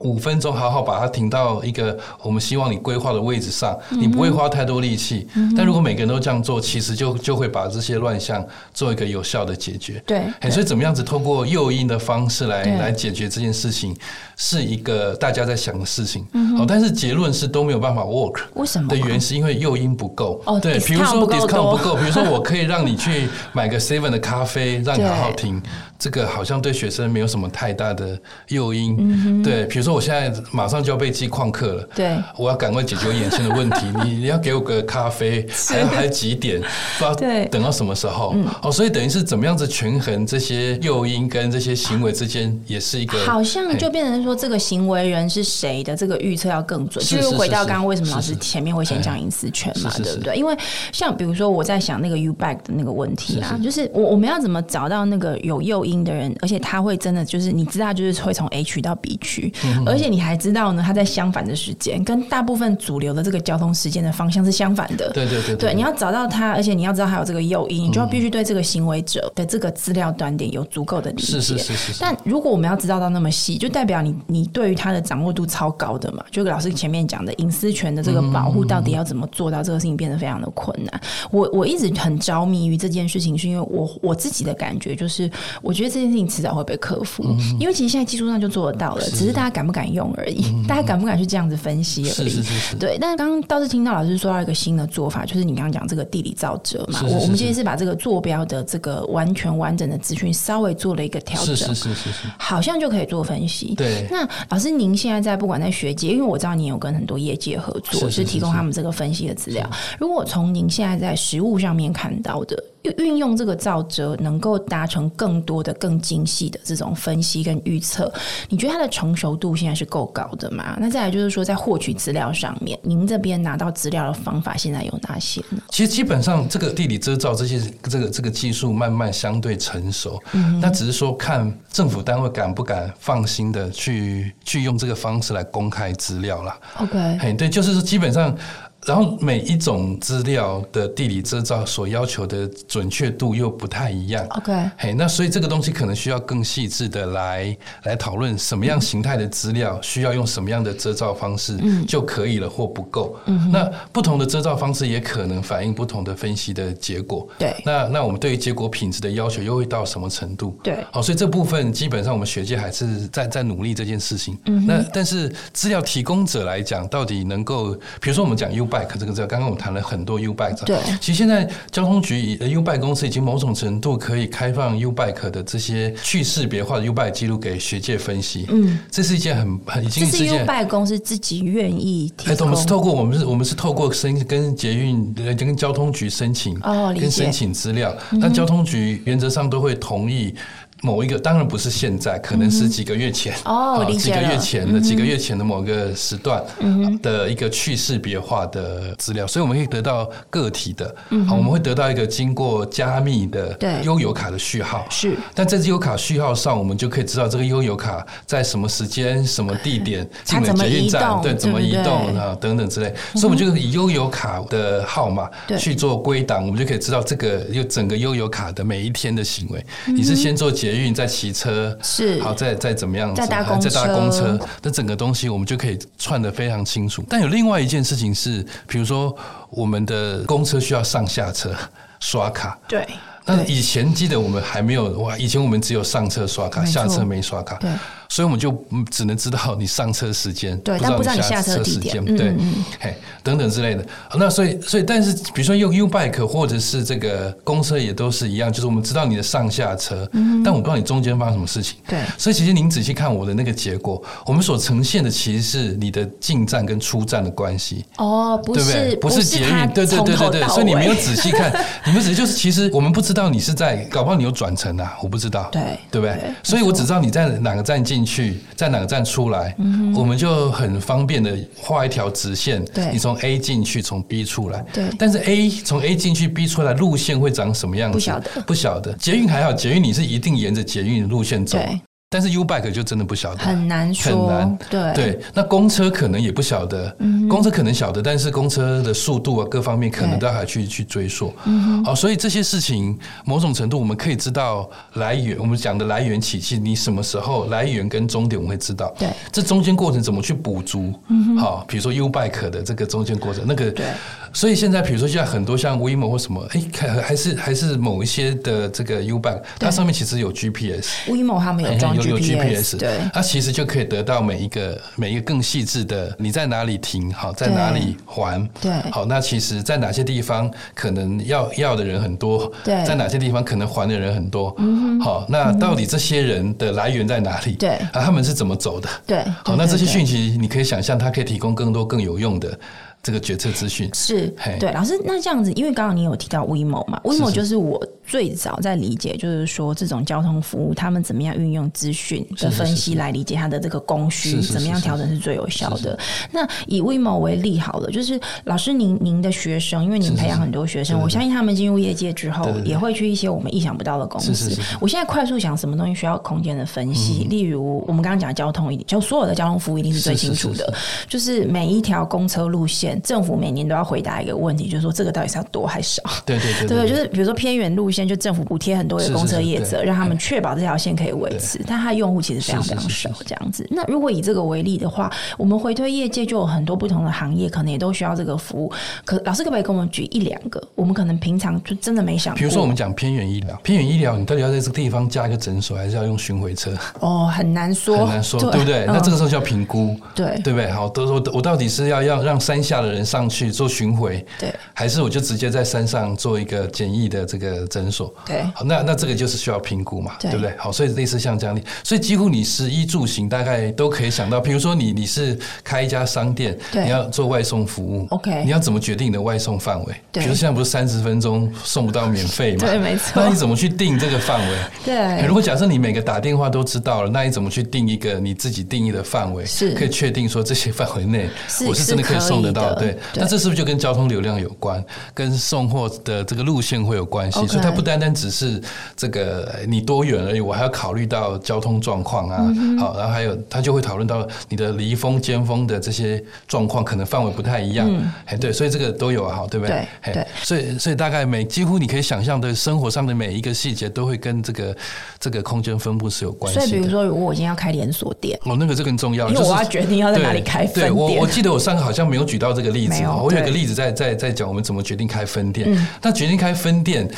S2: 五分钟，好好把它停到一个我们希望你规划的位置上，
S1: 嗯
S2: 你不会花太多力气。但如果每个人都这样做，其实就就会把这些乱象做一个有效的解决。
S1: 对
S2: 哎，所以怎么样子通过诱因的方式来
S1: 对
S2: 来解决这件事情，是一个大家在想的事情。好、
S1: 嗯
S2: 但是结论是都没有办法 work。
S1: 为什么
S2: 的原因是因为诱因不够。
S1: 哦
S2: 对，
S1: discount
S2: 比如
S1: 不
S2: 说
S1: 够
S2: discount
S1: 多
S2: 不够，比如说我可以让你去买个 seven 的咖啡，让你好好听，这个好像对学生没有什么太大的诱因。对，比如说我现在马上就要被记旷课了。
S1: 嗯对
S2: 我要赶快解决我眼前的 问题，你你要给我个咖啡，还要还有几点，不知道
S1: 对嗯
S2: 等到什么时候？哦，所以等于是怎么样子权衡这些诱因跟这些行为之间，也是一个
S1: 好像就
S2: 嘿
S1: 变成说，这个行为人是谁的这个预测要更准，
S2: 是
S1: 就是回到
S2: 是是
S1: 刚刚为什么老
S2: 是
S1: 师
S2: 是
S1: 前面会先讲隐私权嘛，
S2: 是是
S1: 对不
S2: 是
S1: 对？因为像比如说我在想那个 U back 的那个问题啊，
S2: 是是
S1: 就是我我们要怎么找到那个有诱因的人，而且他会真的就是你知道就是会从 A 区到 B 区，
S2: 嗯
S1: 而且你还知道呢他在相反的时间，跟大部分主流的这个交通时间的方向是相反的，
S2: 对对对嗯
S1: 对，你要找到他，而且你要知道他有这个诱因，你就要必须对这个行为者的这个资料端点有足够的理解。
S2: 是是是是是
S1: 但如果我们要知道到那么细，就代表你你对于他的掌握度超高的嘛。就老师前面讲的隐私权的这个保护，到底要怎么做到这个事情变得非常的困难。我我一直很着迷于这件事情，是因为我我自己的感觉就是，我觉得这件事情迟早会被克服，
S2: 嗯
S1: 因为其实现在技术上就做得到了，只是大家敢不敢用而已，大家敢不敢去这样子分析而已。
S2: 嗯是是是是，
S1: 对，但刚刚倒是听到老师说到一个新的做法，就是你刚刚讲这个地理造折嘛，
S2: 是是
S1: 我我们
S2: 是
S1: 今天是把这个坐标的这个完全完整的资讯稍微做了一个调整，
S2: 是是是是是，
S1: 好像就可以做分析。
S2: 对
S1: 那老师，您现在在不管在学界，因为我知道您有跟很多业界合作，
S2: 是是是
S1: 提供他们这个分析的资料。如果从您现在在实物上面看到的，运运用这个造折，能够达成更多的、更精细的这种分析跟预测，你觉得它的成熟度现在是够高的吗？那再来就是说，在获取资料上面，您这边拿到资料的方法现在有哪些呢？
S2: 其实基本上这个地理遮罩这些这个这个技术慢慢相对成熟，那只是说看政府单位敢不敢放心的去去用这个方式来公开资料啦。
S1: OK，
S2: 嘿，对，就是说基本上然后每一种资料的地理资料所要求的准确度又不太一样。
S3: OK，
S2: 嘿，那所以这个东西可能需要更细致的来来讨论什么样形态的资料需要用什么样的遮罩方式就可以了或不够。那不同的遮罩方式也可能反映不同的分析的结果。
S1: 对
S2: 那那我们对于结果品质的要求又会到什么程度？
S1: 对
S2: 好，所以这部分基本上我们学界还是在在努力这件事情。嗯，那但是资料提供者来讲，到底能够，比如说我们讲 U Bike 这个资料，刚刚我们谈了很多 U Bike，
S3: 对
S2: 其实现在交通局呃 U Bike 公司已经某种程度可以开放 U Bike 的这些去识别化的 U Bike 记录给学界分析。嗯，这是一件很很已经
S3: 这
S2: 是
S3: 是
S2: 一
S3: U
S2: 件。
S3: 拜公司自己愿意提
S2: 哎，我
S3: 供
S2: 们是透过我们是，我们是透过申跟捷运呃跟交通局申请，
S3: 哦，理
S2: 跟
S3: 解嗯
S2: 申请资料，那交通局原则上都会同意。某一个当然不是现在，可能是几个月前
S3: 嗯哦
S2: 啊
S3: 理
S2: 几
S3: 解
S2: 个月
S3: 了嗯
S2: 前的、几个月前的某个时段的一个去识别化的资料，所以我们可以得到个体的，好，我们会得到一个经过加密的
S3: 嗯对
S2: 悠游卡的序号，
S3: 是
S2: 但在这悠游卡序号上，我们就可以知道这个悠游卡在什么时间、什么地 点进
S3: 它
S2: 了
S3: 怎么
S2: 捷运
S3: 移
S2: 站，
S3: 动
S2: 对，怎么
S3: 对嗯
S2: 移
S3: 不
S2: 动
S3: 对
S2: 啊等等之类。所以我们就以悠游卡的号码
S3: 对
S2: 去做归档，我们就可以知道这个又整个悠游卡的每一天的行为。
S3: 嗯
S2: 你是先坐捷运，再骑车，
S3: 是
S2: 好，再再怎么样，
S3: 呃再搭
S2: 然后再搭公
S3: 公
S2: 车
S3: 车，
S2: 那整个东西我们就可以串得非常清楚。但有另外一件事情是，比如说我们的公车需要上下车刷卡，
S1: 对
S2: 那以前记得我们还没有哇，以前我们只有上车刷卡，
S3: 没错
S2: 下车没刷卡，
S3: 对
S2: 所以我们就嗯只能知道你上车时间，
S3: 对但不知道你下车
S2: 车
S3: 地
S2: 时
S3: 点嗯
S2: 间，对，嘿，等等之类的。那所以所以，但是比如说用 U Bike 或者是这个公车也都是一样，就是我们知道你的上下车，但我不知道你中间发生什么事情。
S3: 嗯对
S2: 所以其实您仔细看我的那个结果，我们所呈现的其实是你的进站跟出站的关系。
S3: 哦，不
S2: 对不
S3: 是
S2: 对？不
S3: 是
S2: 捷
S3: 他
S2: 运，对对
S3: 从
S2: 对
S3: 头
S2: 对对，
S3: 到
S2: 所以你没有
S3: 尾
S2: 仔细看，你们仔细就是其实我们不知道你是在，搞不好你有转乘啊，我不知道，
S3: 对
S2: 对不对
S3: 对？
S2: 所以我只知道你在哪个站进去，在哪个站出来，我们就很方便的画一条直线，
S3: 嗯对
S2: 你从 A 进去，从 B 出来，
S3: 对
S2: 但是 A 从 A 进去，B 出来路线会长什么样子？
S3: 不晓得，
S2: 不晓得。捷运还好，捷运你是一定沿着捷运路线走，
S3: 对，
S2: 但是 U Bike 就真的不晓得，
S3: 很难说，
S2: 难
S3: 对
S2: 对，那公车可能也不晓得，公车可能晓得，但是公车的速度啊，各方面可能都还去去追溯。好，所以这些事情某种程度我们可以知道来源，我们讲的来源起讫，你什么时候来源跟终点我们会知道。
S3: 对
S2: 这中间过程怎么去补足？好，比如说 U Bike 的这个中间过程，那个
S3: 对。
S2: 所以现在比如说现在很多像 WeMo 或什么，哎，看还是还是某一些的这个 U Bike，它上面其实有 GPS。
S1: ，WeMo 他们有装
S2: 哎有有
S1: GPS，对，
S2: 它其实就可以得到每一个每一个更细致的你在哪里停，好在哪里还，
S3: 对
S2: 好那其实在哪些地方可能要要的人很多，
S3: 对嗯
S2: 在哪些地方可能还的人很多，好那到底这些人的来源在哪里？
S3: 对
S2: 啊他们是怎么走的？
S3: 对
S2: 好，
S3: 对
S2: 那
S3: 对
S2: 这些
S3: 对
S2: 讯息你可以想象，它可以提供更多更有用的这个决策资讯，
S3: 是
S2: 嘿
S1: 对，老师，那这样子，因为刚刚你有提到 WeMo 嘛
S2: 是
S1: ，WeMo 就是我最早在理解，就是说这种交通服务，他们怎么样运用资讯的分
S2: 是
S1: 析来理解它的这个供需
S2: 是，是
S1: 怎么样
S2: 是
S1: 调整是最有效的。那以 WeMo 为例好了，就是老师您您的学生，因为您培养很多学生，我相信他们进入业界之后，也会去一些我们意想不到的公
S2: 是是
S1: 司
S2: 是是。嗯
S1: 我现在快速想什么东西需要空间的分析，例如我们刚刚讲交通，一定就所有的交通服务一定是最
S2: 是是
S1: 清楚
S2: 是
S1: 的。就是每一条公车路线，政府每年都要回答一个问题，就是说这个到底是要多还是少？
S2: 对对对
S1: 对不对？就是比如说偏远路线，就政府补贴很多
S2: 是
S1: 的
S2: 是
S1: 公车
S2: 是
S1: 业者，
S2: 对
S1: 让他们确保这条线可以维持，但它的用户其实非常非常少这样子。那如果以这个为例的话，我们回推业界就有很多不同的行业，可能也都需要这个服务。可老师可不可以跟我们举一两个？我们可能平常就真的没想过，
S2: 比如说，我们讲偏远医疗，偏远医疗，你到底要在这个地方加一个诊所，还是要用巡回车？
S1: 哦，很难说，嗯
S2: 很难说，对不对？那这个时候就要评估，
S1: 对
S2: 对不对？好，都说我到底是要要让山下的人上去做巡回，
S1: 对
S2: 还是我就直接在山上做一个简易的这个诊所？
S1: 对
S2: 好，那那这个就是需要评估嘛，
S1: 对
S2: 对不对？好，所以类似像这样的，所以几乎你食衣住行大概都可以想到，比如说你你是开一家商店，
S1: 对
S2: 你要做外送服务
S1: OK
S2: 你要怎么决定你的外送范围？
S1: 对
S2: 比如现在不是三十分钟送不到免费嘛，
S1: 对没错
S2: 那你怎么去定这个范围？
S1: 对
S2: 哎如果假设你每个打电话都知道了，那你怎么去定一个你自己定义的范围？
S1: 是
S2: 可以确定说这些范围内
S1: 是
S2: 我是真的可以送得到好，
S3: 的，
S2: 对。那这是不是就跟交通流量有关，跟送货的这个路线会有关系？
S3: OK
S2: 所以它不单单只是这个呃你多远而已，我还要考虑到交通状况啊，好，然后还有它就会讨论到你的离峰、尖峰的这些状况，可能范围不太一样。哎，对，所以这个都有啊，好，对不对
S3: 对？
S2: 嘿
S3: 对
S2: 所以所以大概每几乎你可以想象的生活上的每一个细节都会跟这个这个空间分布是有关系
S3: 所
S2: 的。
S3: 以比如说，如果我今天要开连锁店，
S2: 哦，那个这个很重要，
S3: 因为
S2: 就是
S3: 我要决定要在哪里开
S2: 对
S3: 分
S2: 我
S3: 店
S2: 我，记得我上个好像没有举到这个例子
S3: 没有嗯
S2: 哦，我有一个
S3: 对
S2: 例子在在在讲我们怎么决定开分店。那决定开分店。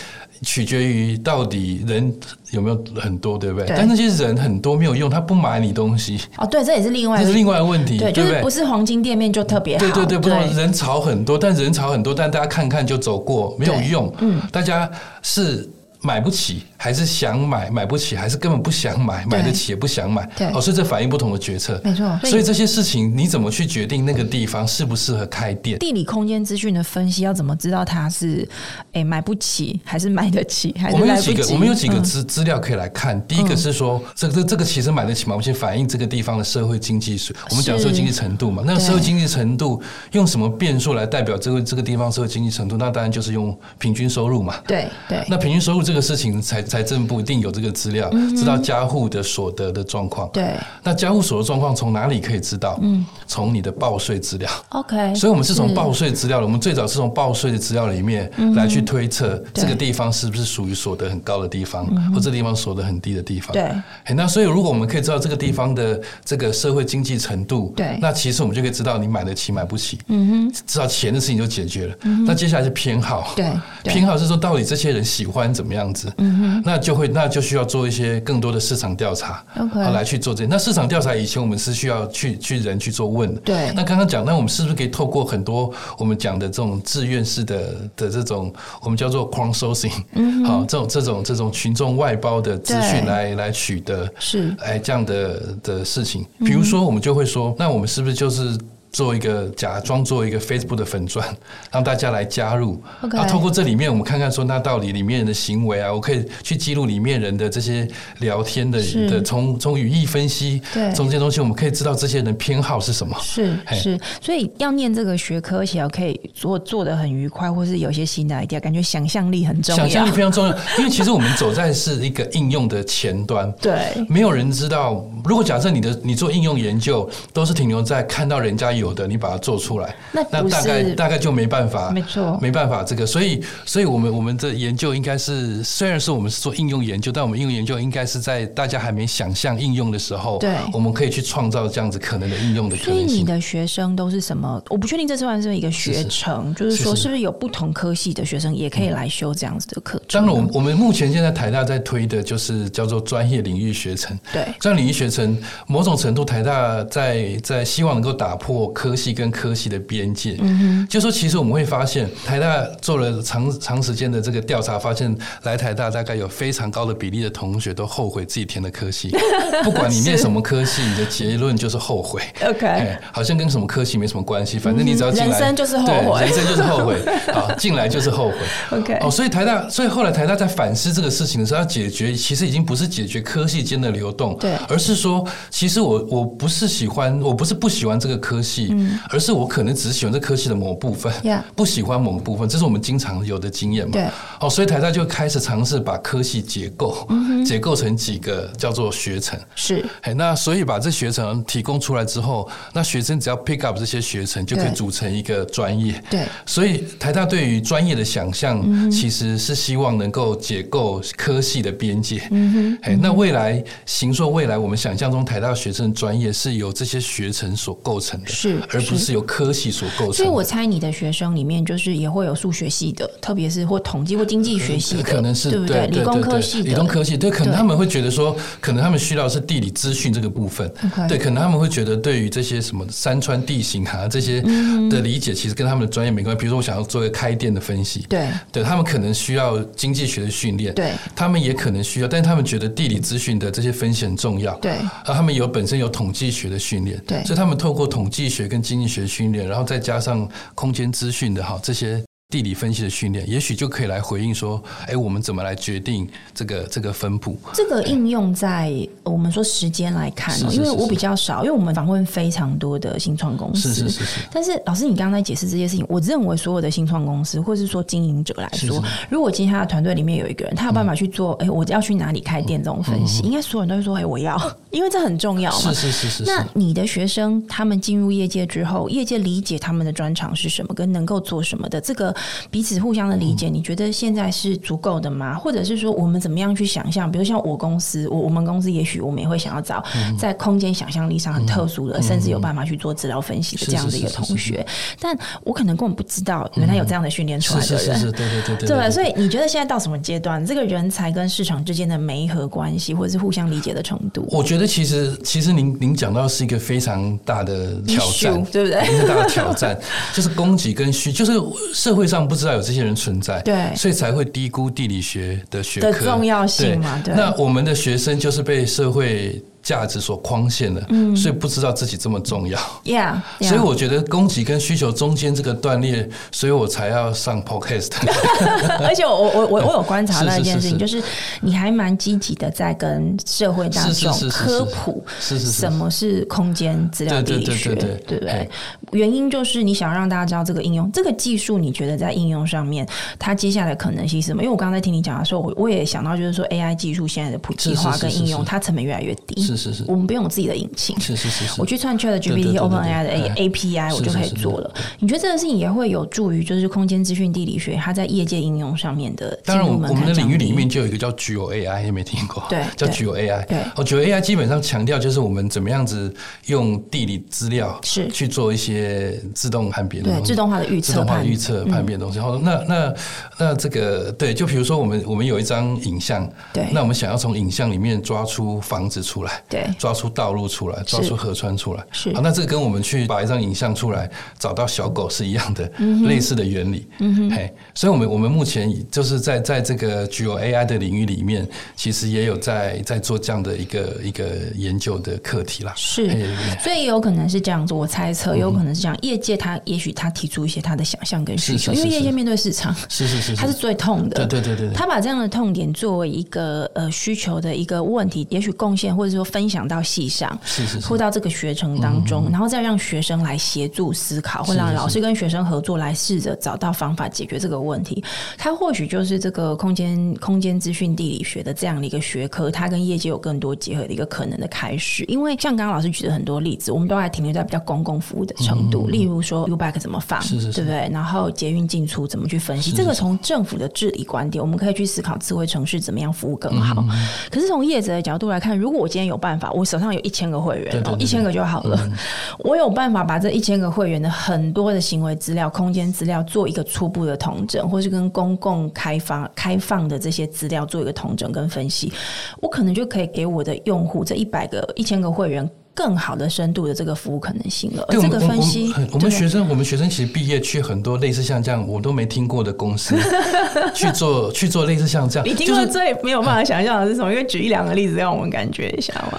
S2: 取决于到底人有没有很多，对不对？
S3: 对
S2: 但那些人很多没有用，他不买你东西，
S3: 哦，对，这也是另外
S2: 那
S3: 一
S2: 是
S3: 个
S2: 另外一个问题，
S3: 对，
S2: 对
S3: 就
S2: 不
S3: 是
S2: 对
S3: 不？是黄金店面就特别好，
S2: 对对对，不
S3: 对
S2: 同人潮很多，但人潮很多，但大家看看就走过，没有
S3: 对
S2: 用。嗯，大家是买不起，还是想买买不起，还是根本不想买，买得起也不想买。
S3: 对嗯
S2: 哦，所以这反映不同的决策。
S3: 没错。
S2: 所以这些事情你怎么去决定那个地方适不适合开店？
S1: 地理空间资讯的分析要怎么知道它是诶、买不起还是买得起还是
S2: 我们有
S1: 来不
S2: 几个，
S1: 及？嗯
S2: 我们有几个资资料可以来看。第一个是说，这个这这个其实买得起吗？我们先反映这个地方的社会经济水，我们讲
S3: 是
S2: 社会经济程度嘛。那
S3: 对
S2: 社会经济程度用什么变数来代表这个这个地方社会经济程度？那当然就是用平均收入嘛。
S3: 对对，
S2: 那平均收入这个事情，财财政部一定有这个资料，
S1: 嗯
S2: 知道家户的所得的状况。
S3: 对
S2: 那家户所得状况从哪里可以知道？嗯，从你的报税资料。
S3: ，OK，
S2: 所以，我们是从报税资料，我们最早是从报税的资料里面来去推
S3: 嗯
S2: 测这个地方是不是属于所得很高的地方，或这地方所得很低的地方。
S3: 对
S2: 哎。那所以，如果我们可以知道这个地方的这个社会经济程度，
S3: 对
S2: 那其实我们就可以知道你买得起买不起，嗯哼，知道钱的事情就解决了。那接下来是偏好，
S3: 嗯对对
S2: 偏好是说到底这些人喜欢怎么样子，嗯哼，那就会那就需要做一些更多的市场调查啊
S3: OK
S2: 好来去做这。那市场调查以前我们是需要去去人去做问的，
S3: 对
S2: 那刚刚讲，那我们是不是可以透过很多我们讲的这种志愿式的的这种，我们叫做 crowdsourcing，嗯，好，这种这种这种群众外包的资讯
S3: 对
S2: 来来取得，
S3: 是
S2: 哎这样的的事情，
S3: 嗯
S2: 比如说我们就会说，那我们是不是就是做一个假装做一个 Facebook 的粉钻， 让大家来加入，
S3: OK
S2: 然后啊透过这里面我们看看说，那到底里面人的行为啊，我可以去记录里面人的这些聊天的
S3: 是
S2: 的从从语义分析，
S3: 对
S2: 从这些东西我们可以知道这些人偏好是什么。
S3: 是
S2: 嘿
S1: 是，所以要念这个学科，而且要可以做做的很愉快，或是有一些新的 idea，感觉想象力很重
S2: 想象
S1: 要
S2: 力。非常重要，因为其实我们走在是一个应用的 前端。
S3: 对
S2: 没有人知道，如果假设你的你做应用研究都是停留在看到人家有的，你把它做出来，
S3: 那
S2: 那
S3: 不
S2: 大概
S3: 是
S2: 大概就没办法，
S3: 没错
S2: 没办法这个。所以，所以我们我们的研究应该是，虽然是我们是做应用研究，但我们应用研究应该是在大家还没想象应用的时候，
S3: 对
S2: 我们可以去创造这样子可能的应用的可
S1: 所以
S2: 能
S1: 你
S2: 性。
S1: 的学生都是什么？我不确定这算不算是一个学程，就是说
S2: 是是
S1: 是不是有不同科系的学生也可以来修这样子的课程
S2: 当？然，我们我们目前现在台大在推的就是叫做专业领域学程，
S1: 对
S2: 专业领域学程某种程度，台大在在希望能够打破科系跟科系的边界。嗯就说其实我们会发现，台大做了长长时间的这个调查，发现来台大大概有非常高的比例的同学都后悔自己填的科系，不管你念什么科系，你的结论就是后悔。
S1: ，OK，
S2: 哎，好像跟什么科系没什么关系，反正你只要进来，
S1: 嗯人生就是后悔
S2: 对人生就是后悔， 好，进来就是后悔。
S1: OK
S2: 哦，所以台大，所以后来台大在反思这个事情的时候，要解决其实已经不是解决科系间的流动，
S3: 对
S2: 而是说，其实我我不是喜欢，我不是不喜欢这个科系，
S1: 嗯
S2: 而是我可能只喜欢这科系的某部分
S3: Yeah
S2: 不喜欢某个部分，这是我们经常有的经验嘛。
S3: 对，
S2: 哦，所以台大就开始尝试把科系结构，
S1: 嗯
S2: 结构成几个叫做学程。
S3: 是
S2: 哎，那所以把这学程提供出来之后，那学生只要 pick up 这些学程，就可以
S3: 对
S2: 组成一个专业。
S3: 对
S2: 所以台大对于专业的想象，
S1: 嗯
S2: 其实是希望能够解构科系的边界。嗯哼，哎，那未来行说未来我们想象中台大学生的专业是由这些学程所构成的，
S3: 是
S2: 而不是由科系所构成的。
S1: 所以我猜你的学生里面就是也会有数学系的，特别是或统计或经济学系的，
S2: 可能是
S1: 对不
S2: 对
S1: 理工科系的，
S2: 理工科系对，可能
S1: 对
S2: 他们会觉得说，可能他们需要的是地理资讯这个部分
S1: 哎
S3: OK
S2: 对，可能他们会觉得对于这些什么山川地形啊这些的理解，其实跟他们的专业没关系。比如说，我想要做一个开店的分析，
S3: 对
S2: 对他们可能需要经济学的训练，
S3: 对
S2: 他们也可能需要，但是他们觉得地理资讯的这些分析很重要，
S3: 对
S2: 而他们有本身有统计学的训练，
S3: 对
S2: 所以他们透过统计学跟经济学训练，然后再加上空间资讯的哈这些地理分析的训练，也许就可以来回应说，哎，我们怎么来决定这个这个分布？
S1: 这个应用在呃我们说时间来看哦、
S2: 是是
S1: 因为
S2: 是
S1: 我
S2: 是
S1: 比较少，因为我们访问非常多的新创公司。
S2: 是是是是，
S1: 但是老师，你刚刚在解释这些事情，我认为所有的新创公司或是说经营者来说，如果今天他的团队里面有一个人，他有办法去做，哎、我要去哪里开店这种分析，应该所有人都会说，哎、我要，因为这很重要嘛
S2: 嗯是。是是是是
S1: 那。你的学生他们进入业界之后，业界理解他们的专长是什么，跟能够做什么的，这个彼此互相的理
S2: 嗯
S1: 解，你觉得现在是足够的吗？或者是说，我们怎么样去想象？比如像我公司，我我们公司也许我们也会想要找
S2: 嗯
S1: 在空间想象力上很特殊的，甚至有办法去做资料分析的
S2: 是
S1: 这样的一个
S2: 是嗯是是
S1: 同学，但我可能根本不知道原来有这样的训练出
S2: 是
S1: 来的
S2: 是是
S1: 人
S2: 是，。对对对对
S1: 对，所以你觉得现在到什么阶段？这个人才跟市场之间的媒合关系，或者是互相理解的程度？
S2: 我觉得其实其实您您讲到是一个非常大的挑战
S1: Issue，，对不对
S2: 非常大的挑战 就是供给跟需，就是社会上不知道有这些人存在，
S1: 对
S2: 所以才会低估地理学的学
S1: 的
S2: 科
S1: 重要性嘛对
S2: 那我们的学生就是被社会价值所框限了，所以不知道自己这么重要。
S1: 嗯 Yeah，, yeah
S2: 所以我觉得供给跟需求中间这个断裂，所以我才要上 podcast。
S1: 而且我我我我有观察到一件事情，
S2: 是
S1: 就是你还蛮积极的在跟社会大众
S2: 是是是是是
S1: 科普
S2: 是是是
S1: 什么是空间资料地理学，
S2: 对对对对对
S1: 不对
S2: 嘿？
S1: 原因就是你想让大家知道这个应用，这个技术，你觉得在应用上面它接下来可能性是什么？因为我刚才听你讲的时候，我我也想到就是说 AI 技术现在的普及化
S2: 是是是
S1: 跟应用，
S2: 是是
S1: 它成本越来越低，
S2: 是是是
S1: 我们不用有自己的引擎，
S2: 是是是是，
S1: 我去串 Chat
S2: 对对
S1: GPT、
S2: 对
S1: OpenAI 的
S2: 对对
S1: A P I，
S2: 是
S1: 我就可以
S2: 是是
S1: 做了。你觉得这个事情也会有助于，就是空间资讯地理学它在业界应用上面的进
S2: 当然，
S1: 入
S2: 我
S1: 门槛
S2: 我们的领
S1: 降
S2: 域
S1: 低
S2: 里面，就有一个叫 GeoAI，也没听过，
S1: 对
S2: 叫
S1: 对
S2: GeoAI。
S1: 对
S2: 哦，GeoAI 基本上强调就是我们怎么样子用地理资料
S1: 是
S2: 去做一些自动判别的
S1: 对
S2: 东西
S1: 自动化的预
S2: 自
S1: 测
S2: 动化
S1: 判嗯
S2: 预测判别的东西。然后那那那这个对，就比如说我们我们有一张影像，
S1: 对
S2: 那我们想要从影像里面抓出房子出来，
S1: 对
S2: 抓出道路出来，抓出河川出来，
S1: 是
S2: 好，那这个跟我们去把一张影像出来找到小狗是一样的，类似的原理，嗯哼，嘿，所以我们我们目前就是在在这个具有 AI 的领域里面，其实也有在在做这样的一个一个研究的课题啦，
S1: 是
S2: 嘿
S1: 所以也有可能是这样子，我猜
S2: 嗯
S1: 测也有可能是这样。业界它也许它提出一些它的想象跟需
S2: 是
S1: 求，
S2: 是
S1: 因
S2: 是
S1: 为业界
S2: 是
S1: 面对市场，
S2: 是是是
S1: 它是
S2: 是，
S1: 最痛的。
S2: 对对对对对，
S1: 他把这样的痛点作为一个呃需求的一个问题，也许贡献或者说分享到系上，
S2: 是是嗯是
S1: 或。到这个学程当中，然后再让学生来协助思考，或让老师跟学生合作来试着找到方法解决这个问题。它或许就是这个空间空间资讯地理学的这样的一个学科，它跟业界有更多结合的一个可能的开始。因为像刚刚老师举的很多例子，我们都还停留在比较公共服务的程度，例如说 U b a c 怎么放，
S2: 嗯是是是
S1: 对不对？然后捷运进出怎么去分析，这个从政府的治理观点，我们可以去思考智慧城市怎么样服务更好。
S2: 嗯
S1: 可是从业者的角度来看，如果我今天有办法，我手上有一千个会员
S2: 对
S1: 哦
S2: 对，对嗯
S1: 一千个就好了， 我有办法把这一千个会员的很多的行为资料、空间资料做一个初步的统整，或是跟公共开发开放的这些资料做一个统整跟分析，我可能就可以给我的用户这一百个、一千个会员。更好的深度的这个服务可能性了，而
S2: 对，我
S1: 这
S2: 们
S1: 个分析
S2: 我们，我
S1: 对
S2: 们学生，我们学生其实毕业去很多类似像这样我都没听过的 公司去做去做类似像这样，
S1: 你听
S2: 就
S1: 过
S2: 是
S1: 最没有办法想象的是什么？因为举一两个例子让我们感觉一下嘛。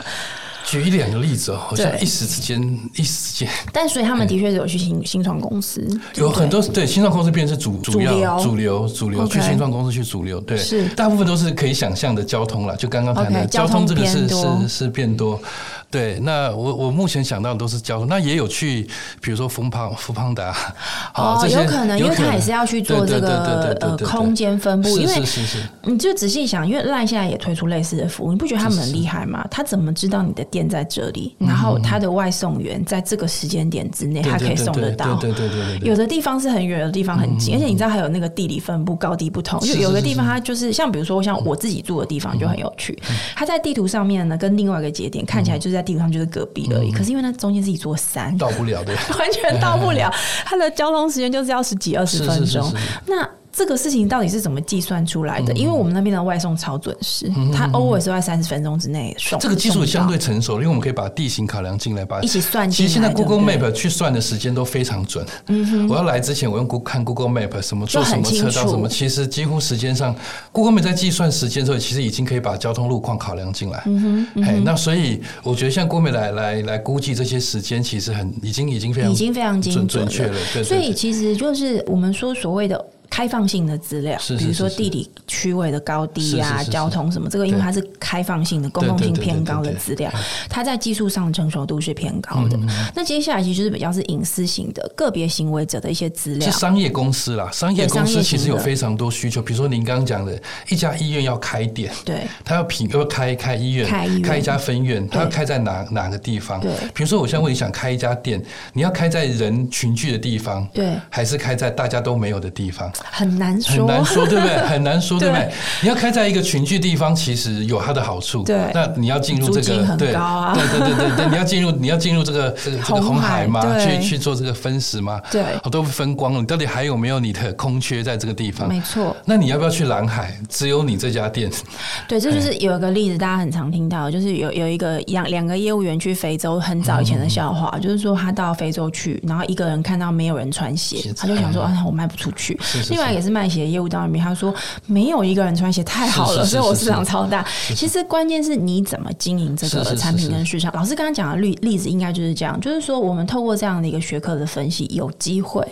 S2: 举一两个例子哦，好像
S1: 对
S2: 一时之间一时之间
S1: 但所以他们的确是有去新新创公司，对
S2: 有
S1: 不对
S2: 很多对新创公司变成是主主要
S1: 流
S2: 主流主流
S1: OK
S2: 去新创公司去主流，对，
S1: 是
S2: 大部分都是可以想象的交通了，就刚刚谈
S1: OK，
S2: 的
S1: 交通
S2: 通这个是
S1: 变多
S2: 是是变多，对，那我我目前想到的都是交通，那也有去比如说福胖福胖达，好
S1: 哦，
S2: 这
S1: 有
S2: 些
S1: 可能，因为他也是要去做
S2: 对
S1: 这
S2: 对
S1: 个
S2: 对对对
S1: 呃
S2: 对对
S1: 空间分布，
S2: 是
S1: 因为
S2: 是是是。
S1: 你就仔细想，因为赖现在也推出类似的服务，你不觉得他们很厉害吗？他怎么知道你的店在这里？然后他的外送员在这个时间点之内，
S2: 对
S1: 他可
S2: 对
S1: 以
S2: 对
S1: 送得
S2: 对
S1: 到。
S2: 对对对对对对，
S1: 有的地方是很远，有的地方很近，而且你知道还有那个地理分布高低不同，就是有的
S2: 是
S1: 地
S2: 是
S1: 方它就是像比如说像我自己住的地方就很有趣，它在地图上面呢跟另外一个节点看起来就是在地图上就是隔壁而已，可是因为那中间是一座山，
S2: 到不了的。
S1: 完全到不 了，它的交通时间就是要十几二十
S2: 是
S1: 分钟。
S2: 是是是嗯
S1: 那这个事情到底是怎么计算出来的？因为我们那边的外送超准时，它 always 都在三十分钟之内送。
S2: 这个技术
S1: 送到
S2: 相对成熟了，因为我们可以把地形考量进来，把
S1: 一起算进来
S2: 其实现在
S1: 对不
S2: Google
S1: 对
S2: Map 去算的时间都非常准。我要来之前，我用 Google 看 Google Map 什么
S1: 就
S2: 坐什
S1: 很
S2: 么
S1: 清
S2: 车到什
S1: 楚
S2: 么，其实几乎时间上，Google Map 在计算时间的时候，其实已经可以把交通路况考量进来。嗯哼，那所以我觉得像 Google Map 来来来估计这些时间，其实很已经已经非常
S1: 已经非常精
S2: 准
S1: 准
S2: 准确了。对对
S1: 所以
S2: 对
S1: 其实就是我们说所谓的开放性的资料，
S2: 是是
S1: 比如说
S2: 是是
S1: 地理区位的高低啊、
S2: 是是是是
S1: 交通什么，这个因为
S2: 对
S1: 它是开放性的、公共性
S2: 对对对
S1: 偏高
S2: 对嗯
S1: 的
S2: 对对
S1: 资料，它在技术上的成熟度是偏高的。那接下来其实是比较是隐私型的个别行为者的一些资料
S2: 是，商业公司啦，商业
S1: 对
S2: 公
S1: 商业
S2: 司其实
S1: 型
S2: 有
S1: 的
S2: 非常多需求，比如说您刚刚讲的，一家医院要开店，
S1: 对
S2: 他要品要开开医院，
S1: 开医院
S2: 一家分院，他要开在哪哪个地方？
S1: 对
S2: 比如说我现在问你想开一家店，你要开在人群聚的地方，
S1: 对，
S2: 还是开在大家都没有的地方？
S1: 很难
S2: 很
S1: 说，
S2: 难说，对 不对？很难说，对不对
S1: 对？
S2: 你要开在一个群聚地方，其实有它的好处。
S1: 对
S2: 那你要进入这
S1: 租金
S2: 个，
S1: 很
S2: 对，
S1: 高啊
S2: 对对对对对，你要进入你要进入这个这个这个
S1: 红
S2: 红海
S1: 海
S2: 嘛，
S1: 对
S2: 去去做这个分食嘛，
S1: 对
S2: 哦都分光了，你到底还有没有你的空缺在这个地方
S1: 没？错。
S2: 那你要不要去蓝海？只有你这家店，
S1: 对，这就是有一个例子，大家很常听到，就是有有一个两两个业务员去非洲，很早以前的笑话，
S2: 嗯
S1: 就是说他到非洲去，然后一个人看到没有人穿鞋
S2: 鞋，子
S1: 他就想说啊，我卖不出去。
S2: 是是
S1: 另外
S2: 是
S1: 也是卖鞋的业务到那边，他说没有一个人穿鞋，太好了，
S2: 是是是
S1: 所以我
S2: 是
S1: 市场超大。其实关键是你怎么经营这
S2: 是是
S1: 个
S2: 是
S1: 产品
S2: 是
S1: 跟市场。老师刚刚讲的例例子应该就是这样，就是说我们透过这样的一个学科的分析，有机会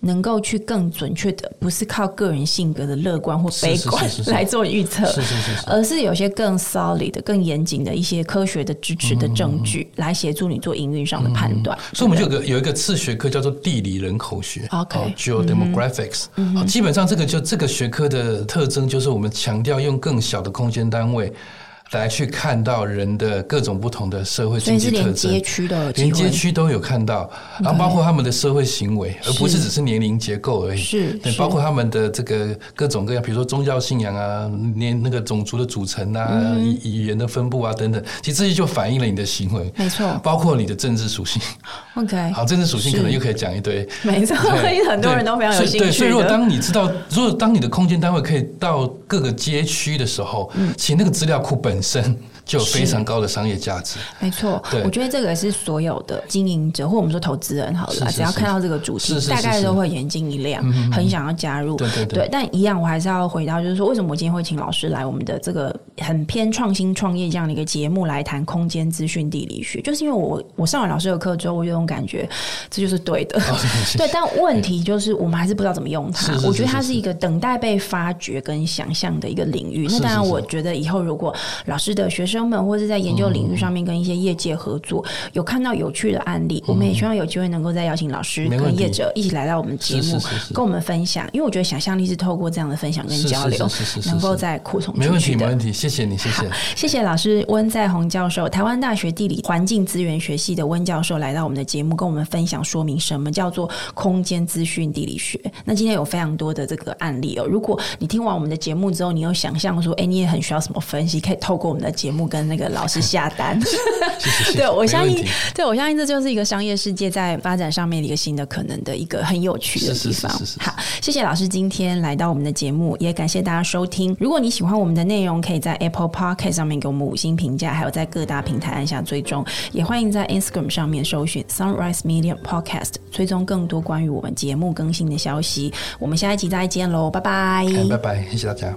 S1: 能够去更准确的，不是靠个人性格的乐观或
S2: 是
S1: 悲
S2: 是
S1: 观
S2: 是是是
S1: 来做预测，
S2: 是是是是
S1: 而是有些更 solid 的、更严谨的一些科学的支持的证据，来协助你做营运上的判断。
S2: 嗯所以我们就有个有一个次学科叫做地理人口学
S1: OK，嗯
S2: 哦，geodemographics。好，基本上这个就这个学科的特征就是我们强调用更小的空间单位来去看到人的各种不同的社会
S1: 所以
S2: 经
S1: 是
S2: 济特
S1: 连街
S2: 征。
S1: 区都有机
S2: 连街
S1: 会，
S2: 区都有看到，然后包括他们的社会行为，而不是
S1: 是
S2: 只是年龄结构而已。
S1: 是
S2: 对，
S1: 是
S2: 包括他们的这个各种各样，比如说宗教信仰啊，年那个种族的组成
S1: 嗯
S2: 啊，语语言的分布啊等等，其实这些就反映了你的行为，
S1: 没错。
S2: 包括你的政治属性。
S1: OK，
S2: 好，政治属性
S1: 哎是
S2: 可能又可以讲 一堆。
S1: 没错，所以
S2: 对
S1: 很多人都非常有
S2: 对
S1: 兴
S2: 对，所
S1: 趣
S2: 以如果
S1: 的。
S2: 当你知道，如果当你的空间单位可以到各个街区的时候，
S1: 嗯
S2: 其实那个资料库本身就有非常高的商业价值。
S1: 没错
S2: 对，
S1: 我觉得这个是所有的经营者或我们说投资人好了
S2: 是
S1: 啦，
S2: 是
S1: 只要
S2: 是
S1: 看到这个主题
S2: 是是，是
S1: 大概
S2: 是嗯
S1: 都会眼睛一亮，很想要加入。
S2: 对对对
S1: 对，但一样，我还是要回到，就是说，为什么我今天会请老师来我们的这个很偏创新创业这样的一个节目来谈空间资讯地理学？就是因为我我上完老师的课之后，我有种感觉，这就是对 的。对，但问题就是我们还是不知道怎么用它。
S2: 哦是是是
S1: 我觉得它
S2: 是
S1: 是一个等待被发掘跟想象的一个领域。
S2: 是
S1: 那当然，
S2: 是
S1: 我觉得以后如果老师的学生们或是在研究领域上面跟一些业界合作，有看到有趣的案例，我们也希望有机会能够再邀请老师
S2: 嗯没问
S1: 跟
S2: 题
S1: 业者一起来到我们节
S2: 是
S1: 目
S2: 是是，是
S1: 跟我们分享。因为我觉得想象力是透过这样的分享跟
S2: 是是
S1: 交流
S2: 是是是，是
S1: 能够
S2: 是
S1: 再扩充
S2: 没
S1: 出
S2: 问
S1: 去
S2: 题，没
S1: 的
S2: 问。题，谢谢你，谢谢。
S1: 谢谢老师温在宏教授，台湾大学地理环境资源学系的温教授来到我们的节目，跟我们分享说明什么叫做空间资讯地理学。那今天有非常多的这个案例哦，如果你听完我们的节目之后，你有想象说，哎，你也很需要什么分析，可以透过我们的节目跟那个老师下 单。
S2: 谢谢谢谢
S1: 对我
S2: 没
S1: 相
S2: 问
S1: 信
S2: 题，
S1: 对我相信这就是一个商业世界在发展上面的一个新的可能的一个很有趣的
S2: 是
S1: 地
S2: 是是
S1: 方。
S2: 是是
S1: 好，谢谢老师今天来到我们的节目，也感谢大家收听。如果你喜欢我们的内容，可以在 Apple Podcast 上面给我们五星评价，还有在各大平台按下追踪，也欢迎在 Instagram 上面搜寻 Sunrise Media Podcast，追踪更多关于我们节目更新的消息。我们下一集再见喽，拜拜
S2: 哎好拜拜，谢谢大家。